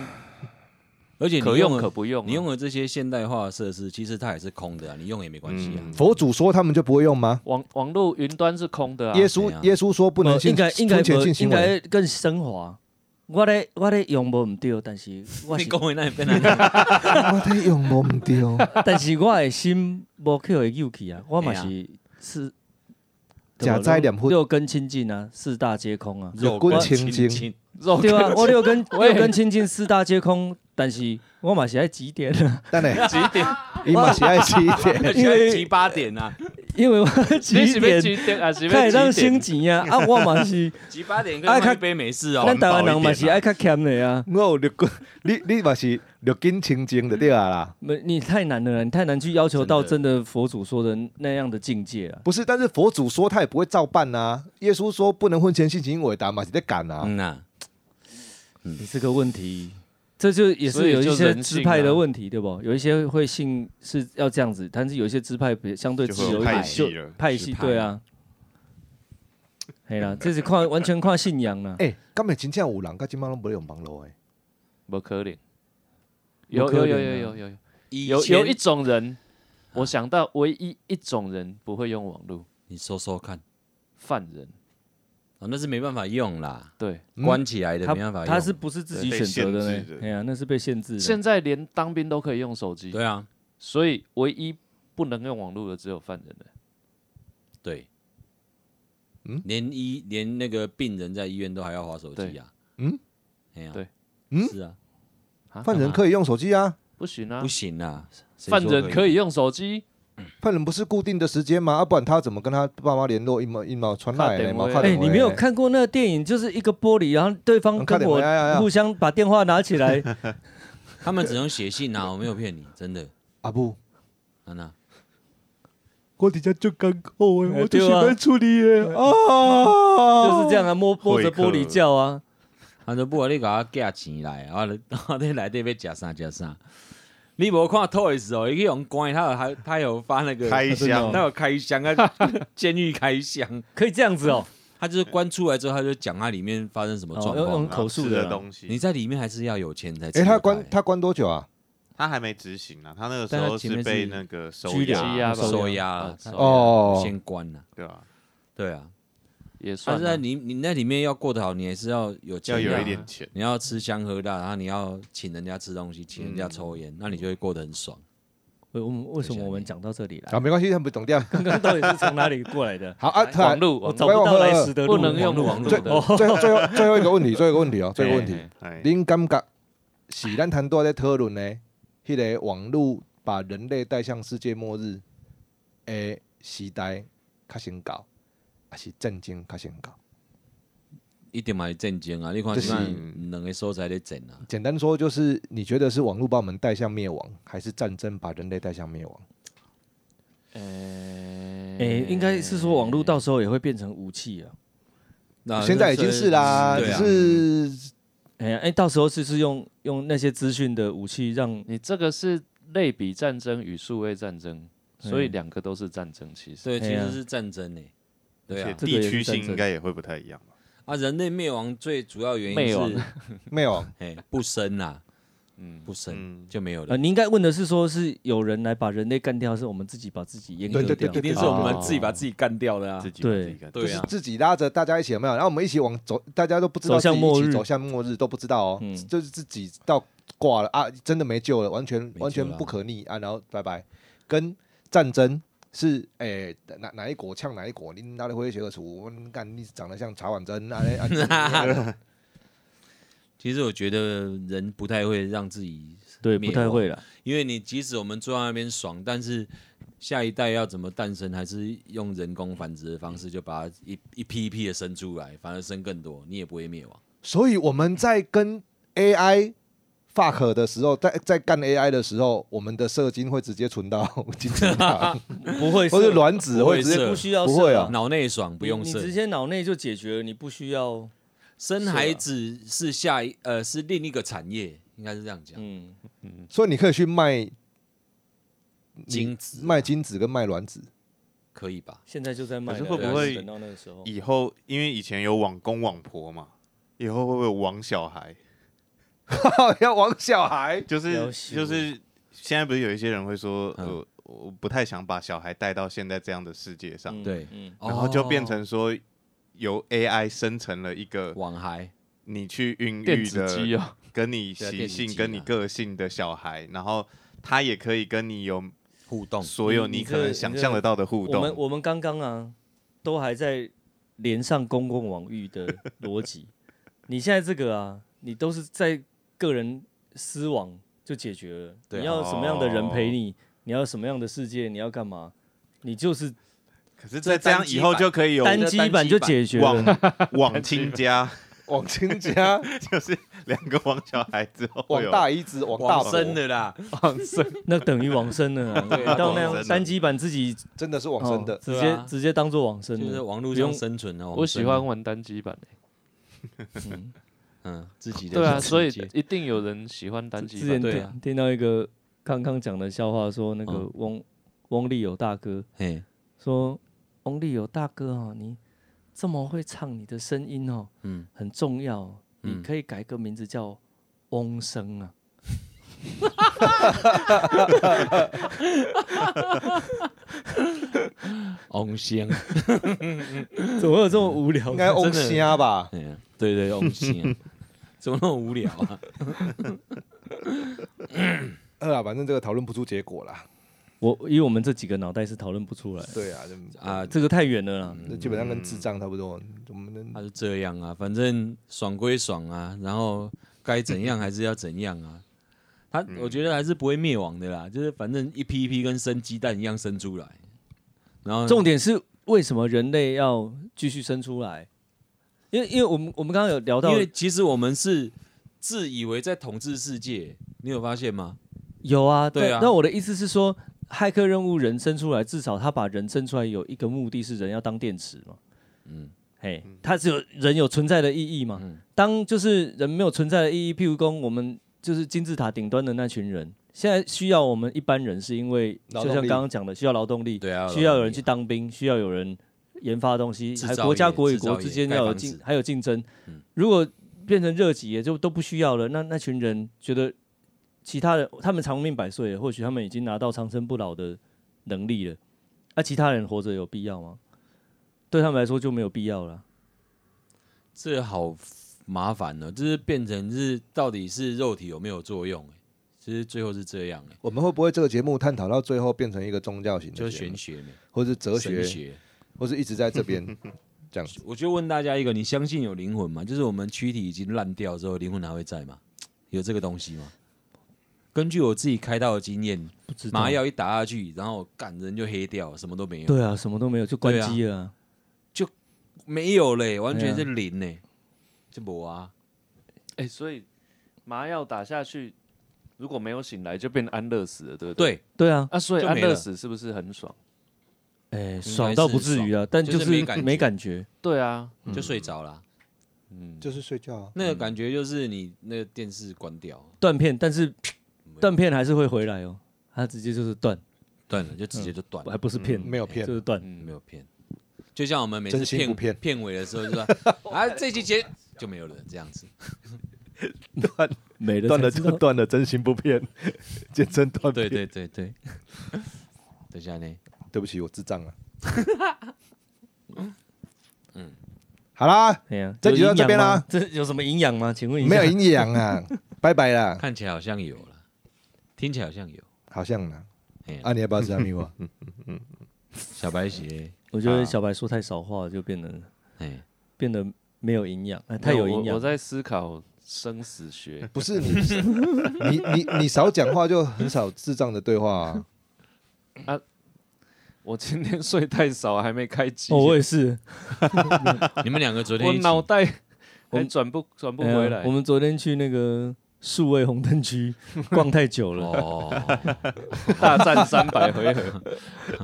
[SPEAKER 3] 而且
[SPEAKER 4] 可
[SPEAKER 3] 你
[SPEAKER 4] 用
[SPEAKER 3] 用
[SPEAKER 4] 可
[SPEAKER 3] 了
[SPEAKER 4] 不用啊。
[SPEAKER 3] 你用了这些现代化的设施，其实它也是空的啊，你用也没关系啊。
[SPEAKER 2] 嗯
[SPEAKER 5] 佛祖说他们就不会用吗？
[SPEAKER 4] 网网络云端是空的啊，
[SPEAKER 5] 耶
[SPEAKER 3] 对啊
[SPEAKER 5] 稣耶稣说不能
[SPEAKER 1] 呃
[SPEAKER 5] 信，
[SPEAKER 1] 应该应该
[SPEAKER 5] 婚前
[SPEAKER 1] 不
[SPEAKER 5] 性行
[SPEAKER 1] 应
[SPEAKER 5] 为，
[SPEAKER 1] 该更升华。我咧我咧用无唔对，但是我
[SPEAKER 3] 你
[SPEAKER 1] 是
[SPEAKER 3] 讲的那边啊，
[SPEAKER 5] 我得用我唔哦丢。
[SPEAKER 1] [laughs] 但是我的心无去会扭去啊，我嘛是是
[SPEAKER 5] 假灾两分
[SPEAKER 1] 六根清净啊，四大皆空啊，
[SPEAKER 5] 肉棍千金
[SPEAKER 3] 筋，
[SPEAKER 4] 肉
[SPEAKER 1] [laughs] 对啊，我六根
[SPEAKER 4] 喂
[SPEAKER 1] 六根清净，四大皆空，但是我嘛是爱几点啊？
[SPEAKER 5] 但呢，
[SPEAKER 4] 几点？
[SPEAKER 5] 伊嘛是爱七 [laughs] 点，
[SPEAKER 3] 现在七八点啊，
[SPEAKER 1] 因为我
[SPEAKER 4] [laughs] 你
[SPEAKER 1] 几
[SPEAKER 4] 是要几
[SPEAKER 1] 点？[laughs]
[SPEAKER 4] 点啊？是
[SPEAKER 1] 开
[SPEAKER 4] 要
[SPEAKER 1] 当
[SPEAKER 4] 几
[SPEAKER 1] 省
[SPEAKER 4] 点？
[SPEAKER 1] 钱啊！啊，我嘛是，
[SPEAKER 3] 七八点
[SPEAKER 1] 哎
[SPEAKER 3] 跟喝
[SPEAKER 1] 看
[SPEAKER 3] 一杯美式哦，
[SPEAKER 1] 咱台湾人嘛
[SPEAKER 3] 嘛
[SPEAKER 1] 是爱较欠的啊。
[SPEAKER 5] 我有六根，你你嘛是六根清净的对啊啦。
[SPEAKER 1] 没，你太难了啦，你太难去要求到真
[SPEAKER 3] 真
[SPEAKER 1] 的佛祖说的那样的境界啊。
[SPEAKER 5] 不是，但是佛祖说他也不会照办呐、耶稣说不能婚前性行为打嘛是在赶啊。
[SPEAKER 3] 嗯呐，
[SPEAKER 4] 嗯
[SPEAKER 1] 你这个问题，这就也
[SPEAKER 4] 所
[SPEAKER 1] 是
[SPEAKER 4] 以
[SPEAKER 1] 有
[SPEAKER 4] 就
[SPEAKER 1] 一些
[SPEAKER 4] 人
[SPEAKER 1] 支
[SPEAKER 4] 性
[SPEAKER 1] 派的
[SPEAKER 4] 啊
[SPEAKER 1] 问题，对不？有一些会信是要这样子，但是有一些支派比相对
[SPEAKER 2] 就
[SPEAKER 1] 自
[SPEAKER 2] 会有
[SPEAKER 1] 由一
[SPEAKER 2] 派
[SPEAKER 1] 点，
[SPEAKER 2] 系
[SPEAKER 1] 就
[SPEAKER 2] 了
[SPEAKER 1] 派系
[SPEAKER 3] 支派
[SPEAKER 1] 对啊。嘿啦，这是看完全看信仰啊啦。
[SPEAKER 5] 哎、根本真正有人，噶今拢不会用网络诶。
[SPEAKER 4] 不可能。
[SPEAKER 1] 不
[SPEAKER 4] 有
[SPEAKER 1] 可能
[SPEAKER 4] 有有
[SPEAKER 1] 啊
[SPEAKER 4] 有有有有
[SPEAKER 3] 以
[SPEAKER 4] 有
[SPEAKER 3] 前
[SPEAKER 4] 有一种人，我想到唯一一种人不会用网络，
[SPEAKER 3] 你搜搜看。
[SPEAKER 4] 犯人。
[SPEAKER 3] 哦，那是没办法用啦，
[SPEAKER 4] 对，
[SPEAKER 5] 嗯
[SPEAKER 3] 关起来的
[SPEAKER 1] 他
[SPEAKER 3] 哎没办法用。
[SPEAKER 1] 他是不是自己选择的呢
[SPEAKER 2] 被限制？的
[SPEAKER 1] 哎呀，那是被限制的。
[SPEAKER 4] 现在连当兵都可以用手机，
[SPEAKER 3] 对啊，
[SPEAKER 4] 所以唯一不能用网络的只有犯人了。
[SPEAKER 3] 对，嗯，连医连那个病人在医院都还要划手机啊，
[SPEAKER 5] 嗯，
[SPEAKER 3] 哎呀，
[SPEAKER 4] 对，
[SPEAKER 5] 嗯
[SPEAKER 3] 是啊，
[SPEAKER 4] 啊
[SPEAKER 5] 犯人
[SPEAKER 4] 以
[SPEAKER 5] 可以用手机啊，
[SPEAKER 4] 不行啊
[SPEAKER 3] 不，行啊，谁
[SPEAKER 4] 犯
[SPEAKER 3] 说
[SPEAKER 4] 人可以用手机，
[SPEAKER 5] 犯人不是固定的时间吗？啊，不然他怎么跟他爸妈联络？一毛一毛传来
[SPEAKER 4] 打电话
[SPEAKER 5] 毛
[SPEAKER 4] 哎
[SPEAKER 1] 哎、你没有看过那个电影，就是一个玻璃，然后对方跟
[SPEAKER 5] 快点来来来
[SPEAKER 1] 我互相把电话拿起来，
[SPEAKER 3] 他们只能写信啊，我没有骗你，真的，
[SPEAKER 5] 啊？不，
[SPEAKER 3] 安娜，
[SPEAKER 5] 我底下就干扣哎，
[SPEAKER 1] 哎
[SPEAKER 5] 我就喜
[SPEAKER 1] 对啊
[SPEAKER 5] 欢处理耶哦啊，
[SPEAKER 1] 就是这样啊，摸摸着
[SPEAKER 2] 会客
[SPEAKER 1] 玻璃叫啊，
[SPEAKER 3] 他说不，你给我寄钱来，啊，我你来这边吃啥吃啥。你无看 Toys 哦，伊去用关，他有还他有发那个
[SPEAKER 2] 开箱
[SPEAKER 3] 他有开箱啊，监狱开箱，
[SPEAKER 1] 可以这样子哦，
[SPEAKER 3] 他就是关出来之后，他就讲他里面发生什么状
[SPEAKER 1] 哦用
[SPEAKER 3] 况
[SPEAKER 1] 用。口述
[SPEAKER 2] 吃
[SPEAKER 1] 的
[SPEAKER 2] 的
[SPEAKER 1] 啦
[SPEAKER 2] 东西，
[SPEAKER 3] 你在里面还是要有钱才吃
[SPEAKER 5] 哎，
[SPEAKER 3] 得开。
[SPEAKER 5] 他关他关多久啊？
[SPEAKER 2] 他还没执行啊，他那个时
[SPEAKER 3] 但他
[SPEAKER 2] 候
[SPEAKER 3] 前
[SPEAKER 2] 是
[SPEAKER 3] 面
[SPEAKER 2] 被
[SPEAKER 3] 是
[SPEAKER 2] 那个收
[SPEAKER 1] 拘留
[SPEAKER 4] 羁押吧
[SPEAKER 3] 啊收押了，
[SPEAKER 4] 收
[SPEAKER 3] 他
[SPEAKER 4] 押
[SPEAKER 5] 哦
[SPEAKER 3] 先关了。
[SPEAKER 2] 对吧？
[SPEAKER 3] 对啊，
[SPEAKER 4] 也
[SPEAKER 3] 但
[SPEAKER 4] 算
[SPEAKER 3] 是
[SPEAKER 4] 啊
[SPEAKER 3] 在你你那里面要过得好，你还是要有钱
[SPEAKER 2] 要
[SPEAKER 3] 啊，
[SPEAKER 2] 有一点钱，
[SPEAKER 3] 你要吃香喝辣，然后你要请人家吃东西，请人家抽烟，那你就会过得很爽。
[SPEAKER 1] 为我们为什么我们讲到这里来
[SPEAKER 5] 啊，？没关系，他们懂掉。
[SPEAKER 1] 刚刚到底是从哪里过来 [laughs] 的？
[SPEAKER 5] 好啊，突
[SPEAKER 4] 网
[SPEAKER 5] 然
[SPEAKER 4] 路，
[SPEAKER 1] 我
[SPEAKER 4] 网
[SPEAKER 1] 找
[SPEAKER 4] 路
[SPEAKER 1] 不到来时的哦路，
[SPEAKER 4] 不能用网络
[SPEAKER 5] 最
[SPEAKER 4] 的，
[SPEAKER 5] 最后最后最后一个问题，最后一个问题哦，最后一个问题
[SPEAKER 4] 嘿，嘿
[SPEAKER 2] 哎，
[SPEAKER 5] 您感觉是咱谈多在讨论呢？迄、个网络把人类带向世界末日诶时代，较先搞，还是战争较先搞？
[SPEAKER 3] 一点嘛是正经啊！你看
[SPEAKER 5] 这是
[SPEAKER 3] 现在两个所在咧整啊，
[SPEAKER 5] 简单说就是，你觉得是网络把我们带向灭亡，还是战争把人类带向灭亡？
[SPEAKER 1] 哎、应该是说网络到时候也会变成武器啊。
[SPEAKER 3] 那
[SPEAKER 5] 现在已经是啦，
[SPEAKER 3] 对
[SPEAKER 5] 只
[SPEAKER 3] 啊
[SPEAKER 5] 是
[SPEAKER 1] 哎呀，哎，到时候是是用用那些资讯的武器让
[SPEAKER 4] 你这个是类比战争与数位战争，所以
[SPEAKER 1] 嗯
[SPEAKER 4] 两个都是战争，其实。
[SPEAKER 3] 对，其
[SPEAKER 1] 嘿啊
[SPEAKER 3] 实是战争呢。对
[SPEAKER 2] 而且
[SPEAKER 3] 啊，
[SPEAKER 1] 这个也
[SPEAKER 2] 地
[SPEAKER 1] 是
[SPEAKER 2] 区性
[SPEAKER 1] 战争
[SPEAKER 2] 应该也会不太一样吧？
[SPEAKER 3] 啊，人类灭亡最主要原因 [laughs]
[SPEAKER 4] 灭亡
[SPEAKER 3] 是
[SPEAKER 5] 灭亡。
[SPEAKER 3] 哎不生啦，
[SPEAKER 4] 嗯，
[SPEAKER 3] 不生
[SPEAKER 2] 嗯，
[SPEAKER 3] 就没有
[SPEAKER 1] 呃，
[SPEAKER 3] 了。
[SPEAKER 1] 你应该问的是说是有人来把人类干掉，还是我们自己把自己阉割掉？
[SPEAKER 5] 对对对
[SPEAKER 3] 一
[SPEAKER 5] 对
[SPEAKER 3] 定是
[SPEAKER 2] 哦
[SPEAKER 3] 我们自己把自己干掉的啊
[SPEAKER 2] 自！己
[SPEAKER 1] 对
[SPEAKER 2] 自己干
[SPEAKER 3] 对
[SPEAKER 5] 就是
[SPEAKER 3] 啊，
[SPEAKER 5] 自己拉着大家一起有没有？然后我们一起往走，大家都不知道
[SPEAKER 1] 走向
[SPEAKER 5] 自己一起
[SPEAKER 1] 末日
[SPEAKER 5] 走向末日都不知道哦，
[SPEAKER 1] 嗯
[SPEAKER 5] 就是自己到挂了啊，真的没救了，完全
[SPEAKER 3] 救
[SPEAKER 5] 完全
[SPEAKER 3] 了
[SPEAKER 5] 不可逆啊，然后拜拜。跟战争是诶、哪哪一国呛哪一国，你拿来回血而除，我干你长得像茶碗蒸啊嘞啊！
[SPEAKER 1] [laughs]
[SPEAKER 5] 你
[SPEAKER 3] 其实我觉得人不太会让自己，
[SPEAKER 1] 对，
[SPEAKER 3] 灭
[SPEAKER 1] 不
[SPEAKER 3] 亡
[SPEAKER 1] 太会了。
[SPEAKER 3] 因为你即使我们坐在那边爽，但是下一代要怎么诞生，还是用人工繁殖的方式，就把它一一批一批的生出来，反而生更多，你也不会灭亡。
[SPEAKER 5] 所以我们在跟 AI。fuck 的时候，在在干 AI 的时候，我们的射精会直接存到 [laughs] 金字塔，
[SPEAKER 1] 不 [laughs] 会
[SPEAKER 5] 或
[SPEAKER 1] 射
[SPEAKER 5] 者卵子会
[SPEAKER 3] 不会
[SPEAKER 5] 直接
[SPEAKER 3] 射
[SPEAKER 1] 不需要
[SPEAKER 5] 不会
[SPEAKER 1] 射
[SPEAKER 5] 啊
[SPEAKER 3] 脑内爽不用
[SPEAKER 1] 你，
[SPEAKER 3] 射
[SPEAKER 1] 你，直接脑内就解决了，你不需要。
[SPEAKER 3] 生孩子是啊下一呃是另一个产业，应该是这样讲。
[SPEAKER 1] 嗯，
[SPEAKER 5] 所以你可以去卖
[SPEAKER 3] 精子
[SPEAKER 5] 卖精子跟卖卵子。 [laughs]
[SPEAKER 3] 可以吧？
[SPEAKER 1] 现在就在卖了，
[SPEAKER 2] 可是会不
[SPEAKER 1] 要
[SPEAKER 2] 会
[SPEAKER 1] 等到那个时候？
[SPEAKER 2] 以后因为以前有网公网婆嘛，以后会不会有网小孩？
[SPEAKER 5] 要往小孩，
[SPEAKER 2] 就是
[SPEAKER 1] 要死我
[SPEAKER 2] 就是现在不是有一些人会说，
[SPEAKER 3] 嗯
[SPEAKER 2] 呃，我不太想把小孩带到现在这样的世界上，
[SPEAKER 1] 嗯
[SPEAKER 3] 对
[SPEAKER 1] 嗯，
[SPEAKER 2] 然后就变
[SPEAKER 3] 哦
[SPEAKER 2] 成说由 AI 生成了一个
[SPEAKER 3] 网孩，
[SPEAKER 2] 你去孕
[SPEAKER 4] 电
[SPEAKER 2] 育
[SPEAKER 4] 子机
[SPEAKER 2] 的
[SPEAKER 4] 哦，
[SPEAKER 2] 跟你
[SPEAKER 3] 对啊
[SPEAKER 2] 习
[SPEAKER 3] 电子
[SPEAKER 2] 性、
[SPEAKER 3] 鸡
[SPEAKER 2] 跟你
[SPEAKER 3] 嘛
[SPEAKER 2] 个性的小孩，然后他也可以跟你有
[SPEAKER 3] 互动
[SPEAKER 2] 所有
[SPEAKER 1] 你
[SPEAKER 2] 你
[SPEAKER 1] 你
[SPEAKER 2] 可
[SPEAKER 1] 这
[SPEAKER 2] 能
[SPEAKER 1] 你
[SPEAKER 2] 想
[SPEAKER 1] 这
[SPEAKER 2] 象得到的互
[SPEAKER 1] 我们
[SPEAKER 2] 动。
[SPEAKER 1] 我们刚刚啊，都还在连上公共网域的逻辑，你现在这个啊，你都是在个人私网就解决了。
[SPEAKER 3] 对啊
[SPEAKER 1] 你要什么样的人陪你？你要什么样的世界？你要干嘛？你就是
[SPEAKER 2] 可是，
[SPEAKER 3] 这
[SPEAKER 2] 在这样
[SPEAKER 3] 单机
[SPEAKER 2] 以后
[SPEAKER 3] 版
[SPEAKER 2] 就可以有
[SPEAKER 1] 单
[SPEAKER 3] 机
[SPEAKER 1] 机版就
[SPEAKER 3] 版
[SPEAKER 1] 解决
[SPEAKER 2] 网
[SPEAKER 1] 了。
[SPEAKER 2] 网亲家， [laughs]
[SPEAKER 5] 往亲家，
[SPEAKER 3] 哎
[SPEAKER 2] 就是两个网小孩之后会
[SPEAKER 5] 往
[SPEAKER 2] 有
[SPEAKER 5] 大姨子，往大
[SPEAKER 3] 网
[SPEAKER 5] 伯，
[SPEAKER 3] 生的啦，
[SPEAKER 1] [laughs] 那等于往生了啊、
[SPEAKER 3] 对
[SPEAKER 1] 你到那样
[SPEAKER 2] 往生
[SPEAKER 1] 单
[SPEAKER 2] 了
[SPEAKER 1] 机版自己
[SPEAKER 5] 真的是往生
[SPEAKER 1] 哦
[SPEAKER 5] 的。
[SPEAKER 1] 直
[SPEAKER 3] 对
[SPEAKER 1] 接、
[SPEAKER 3] 啊
[SPEAKER 1] 直接当做往生
[SPEAKER 3] 就
[SPEAKER 1] 的
[SPEAKER 3] 是网络
[SPEAKER 1] 不
[SPEAKER 3] 上
[SPEAKER 1] 用
[SPEAKER 3] 生存的。
[SPEAKER 4] 我
[SPEAKER 3] 网生啊
[SPEAKER 4] 喜
[SPEAKER 3] 的
[SPEAKER 4] 欢玩单机版的。
[SPEAKER 3] 嗯自己的
[SPEAKER 4] 对啊，
[SPEAKER 3] 世
[SPEAKER 4] 所以
[SPEAKER 3] 界
[SPEAKER 4] 一定有人喜欢单
[SPEAKER 1] 之
[SPEAKER 4] 机
[SPEAKER 1] 前
[SPEAKER 4] 版。
[SPEAKER 3] 对
[SPEAKER 1] 听、
[SPEAKER 3] 啊
[SPEAKER 1] 听到一个康康讲的笑话，说那个
[SPEAKER 3] 嗯
[SPEAKER 1] 翁、翁立友大哥
[SPEAKER 3] 嘿
[SPEAKER 1] 说，翁立友大哥哦，你这么会唱，你的声音哦
[SPEAKER 3] 嗯
[SPEAKER 1] 很重要哦，
[SPEAKER 3] 嗯
[SPEAKER 1] 你可以改个名字叫翁生啊。
[SPEAKER 3] 翁星，
[SPEAKER 1] 怎么会有这么无聊 [laughs]
[SPEAKER 5] 应该
[SPEAKER 3] 哦真
[SPEAKER 5] 翁
[SPEAKER 3] 的
[SPEAKER 5] 虾吧？
[SPEAKER 3] [laughs] 嘿啊对对翁星，怎么那么无聊啊？
[SPEAKER 5] 呃，反正这个讨论不出结果啦。
[SPEAKER 1] 我因为我们这几个脑袋是讨论不出来，
[SPEAKER 5] 对啊，这
[SPEAKER 3] 啊，
[SPEAKER 1] 这个太远了啦。
[SPEAKER 3] 嗯
[SPEAKER 5] 那基本上跟智障差不多。我们能
[SPEAKER 3] 他就这样啊，反正爽归爽啊，然后该怎样还是要怎样啊。他
[SPEAKER 1] 嗯
[SPEAKER 3] 我觉得还是不会灭亡的啦，就是反正一批一批跟生鸡蛋一样生出来，然后
[SPEAKER 1] 重点是为什么人类要继续生出来？因为因为我们我们刚刚有聊到
[SPEAKER 3] 因，为其实我们是自以为在统治世界，你有发现吗？
[SPEAKER 1] 有啊，
[SPEAKER 3] 对啊
[SPEAKER 1] 但那我的意思是说，骇客任务人生出来，至少他把人生出来有一个目的是人要当电池嘛。
[SPEAKER 3] 嗯，
[SPEAKER 1] 嘿，它只有人有存在的意义嘛。
[SPEAKER 3] 嗯
[SPEAKER 1] 当就是人没有存在的意义，譬如说我们就是金字塔顶端的那群人，现在需要我们一般人，是因为就
[SPEAKER 5] 劳动
[SPEAKER 1] 像
[SPEAKER 5] 力
[SPEAKER 1] 刚刚讲的，需要劳动力，
[SPEAKER 3] 对啊，
[SPEAKER 1] 需要有人去当兵，需要有人研发东西，
[SPEAKER 3] 制
[SPEAKER 1] 还
[SPEAKER 3] 造
[SPEAKER 1] 国家
[SPEAKER 3] 业
[SPEAKER 1] 国与
[SPEAKER 3] 制造
[SPEAKER 1] 国
[SPEAKER 3] 业
[SPEAKER 1] 之间
[SPEAKER 3] 盖
[SPEAKER 1] 要有
[SPEAKER 3] 房
[SPEAKER 1] 竞
[SPEAKER 3] 子，
[SPEAKER 1] 还有竞争
[SPEAKER 3] 嗯。
[SPEAKER 1] 如果变成热级，也就都不需要了。那那群人觉得其他人他们长命百岁了，或许他们已经拿到长生不老的能力了，那、其他人活着有必要吗？对他们来说就没有必要了。
[SPEAKER 3] 这好麻烦呢、就是变成是到底是肉体有没有作用、欸？其实最后是这样、欸，
[SPEAKER 5] 我们会不会这个节目探讨到最后变成一个宗教型的节
[SPEAKER 3] 就
[SPEAKER 5] 目，
[SPEAKER 3] 是玄学、欸、
[SPEAKER 5] 或是哲
[SPEAKER 3] 神
[SPEAKER 5] 学，
[SPEAKER 3] 学。
[SPEAKER 5] 或是一直在这边
[SPEAKER 3] [laughs]
[SPEAKER 5] 这样子？
[SPEAKER 3] 我就问大家一个：你相信有灵魂吗？就是我们躯体已经烂掉之后，灵魂还会在吗？有这个东西吗？根据我自己开刀的经验，
[SPEAKER 1] 不知道
[SPEAKER 3] 麻药一打下去，然后感人就黑掉，什么都没有，
[SPEAKER 1] 对啊，什么都没有就关机了、啊。
[SPEAKER 3] 没有嘞，完全
[SPEAKER 1] 对
[SPEAKER 3] 是零嘞，就没啊。
[SPEAKER 4] 哎、所以麻药打下去，如果没有醒来，就变安乐死了，对不对？
[SPEAKER 3] 对，
[SPEAKER 1] 对啊，
[SPEAKER 4] 啊，所以
[SPEAKER 3] 就
[SPEAKER 4] 安
[SPEAKER 3] 没
[SPEAKER 4] 乐
[SPEAKER 3] 了
[SPEAKER 4] 死是不是很爽？
[SPEAKER 1] 哎、爽到不至于啊，但
[SPEAKER 3] 就是
[SPEAKER 1] 是
[SPEAKER 3] 没感觉
[SPEAKER 1] 没感觉。
[SPEAKER 4] 对啊，
[SPEAKER 3] 就睡着了。
[SPEAKER 5] [laughs] 就是睡觉啊。
[SPEAKER 3] 那个感觉就是你那个电视关掉，
[SPEAKER 1] 断片，但是断片还是会回来哦。它直接就是断，
[SPEAKER 3] 断了就直接就断了，
[SPEAKER 1] 还不是骗，
[SPEAKER 5] 没有骗
[SPEAKER 1] 就是断。
[SPEAKER 3] 没有骗。就像我们每次
[SPEAKER 5] 真心
[SPEAKER 3] 片
[SPEAKER 5] 不骗
[SPEAKER 3] 片尾的时候，就说啊这期节就没有了这样子。
[SPEAKER 1] 没了
[SPEAKER 5] 断
[SPEAKER 1] 才
[SPEAKER 5] 了
[SPEAKER 1] 知
[SPEAKER 5] 就
[SPEAKER 1] 道
[SPEAKER 5] 断了，真心不骗， [laughs] 见真断
[SPEAKER 3] 对
[SPEAKER 5] 片。
[SPEAKER 3] 对对对， [laughs] 等一下呢，
[SPEAKER 5] 对不起，我智障
[SPEAKER 3] [laughs]
[SPEAKER 5] 了。嗯，好啦，
[SPEAKER 1] 哎呀，
[SPEAKER 5] 这集
[SPEAKER 1] 有
[SPEAKER 5] 到这
[SPEAKER 1] 营养
[SPEAKER 5] 边啦
[SPEAKER 1] 吗这有什么营养吗？请问一下
[SPEAKER 5] 没有营养
[SPEAKER 1] [laughs]
[SPEAKER 5] 啊，拜拜啦，
[SPEAKER 3] 看起来好像有了，听起来好像有。
[SPEAKER 5] 好像啦
[SPEAKER 3] 哎。呀
[SPEAKER 5] 啊，你要不要吃哈
[SPEAKER 1] [laughs]
[SPEAKER 5] 密瓜？，
[SPEAKER 3] 小白鞋，
[SPEAKER 1] 我
[SPEAKER 4] 啊
[SPEAKER 1] 觉得小白说太少话，就变得
[SPEAKER 3] 哎，
[SPEAKER 1] 变得没有营养，哎太有营
[SPEAKER 4] 我。
[SPEAKER 1] 养
[SPEAKER 4] 嗯我。在思考生死学
[SPEAKER 1] [laughs]
[SPEAKER 5] 不是你，你你你少讲话就很少智障的对话啊。
[SPEAKER 4] 我今天睡太少，还没开机，
[SPEAKER 1] 哦，我也是，
[SPEAKER 3] 你们两个昨天
[SPEAKER 4] 我
[SPEAKER 3] 一起
[SPEAKER 4] 脑袋
[SPEAKER 1] 我
[SPEAKER 4] 还
[SPEAKER 1] 们
[SPEAKER 4] 转不转不
[SPEAKER 1] 哎呀
[SPEAKER 4] 回来
[SPEAKER 1] 我。们昨天去那个数位红灯区逛太久了，
[SPEAKER 3] 哦，
[SPEAKER 4] 大战三百回
[SPEAKER 2] [laughs]
[SPEAKER 4] 合，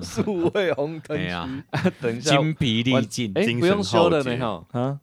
[SPEAKER 5] 数位红
[SPEAKER 3] 哎
[SPEAKER 5] 灯
[SPEAKER 3] 呀，
[SPEAKER 4] 等一下，
[SPEAKER 3] 啊精疲力尽
[SPEAKER 4] 哎，
[SPEAKER 2] 哎精
[SPEAKER 4] 不用
[SPEAKER 2] 神浩
[SPEAKER 4] 修了
[SPEAKER 2] 劫
[SPEAKER 4] 呢哈。
[SPEAKER 1] 啊，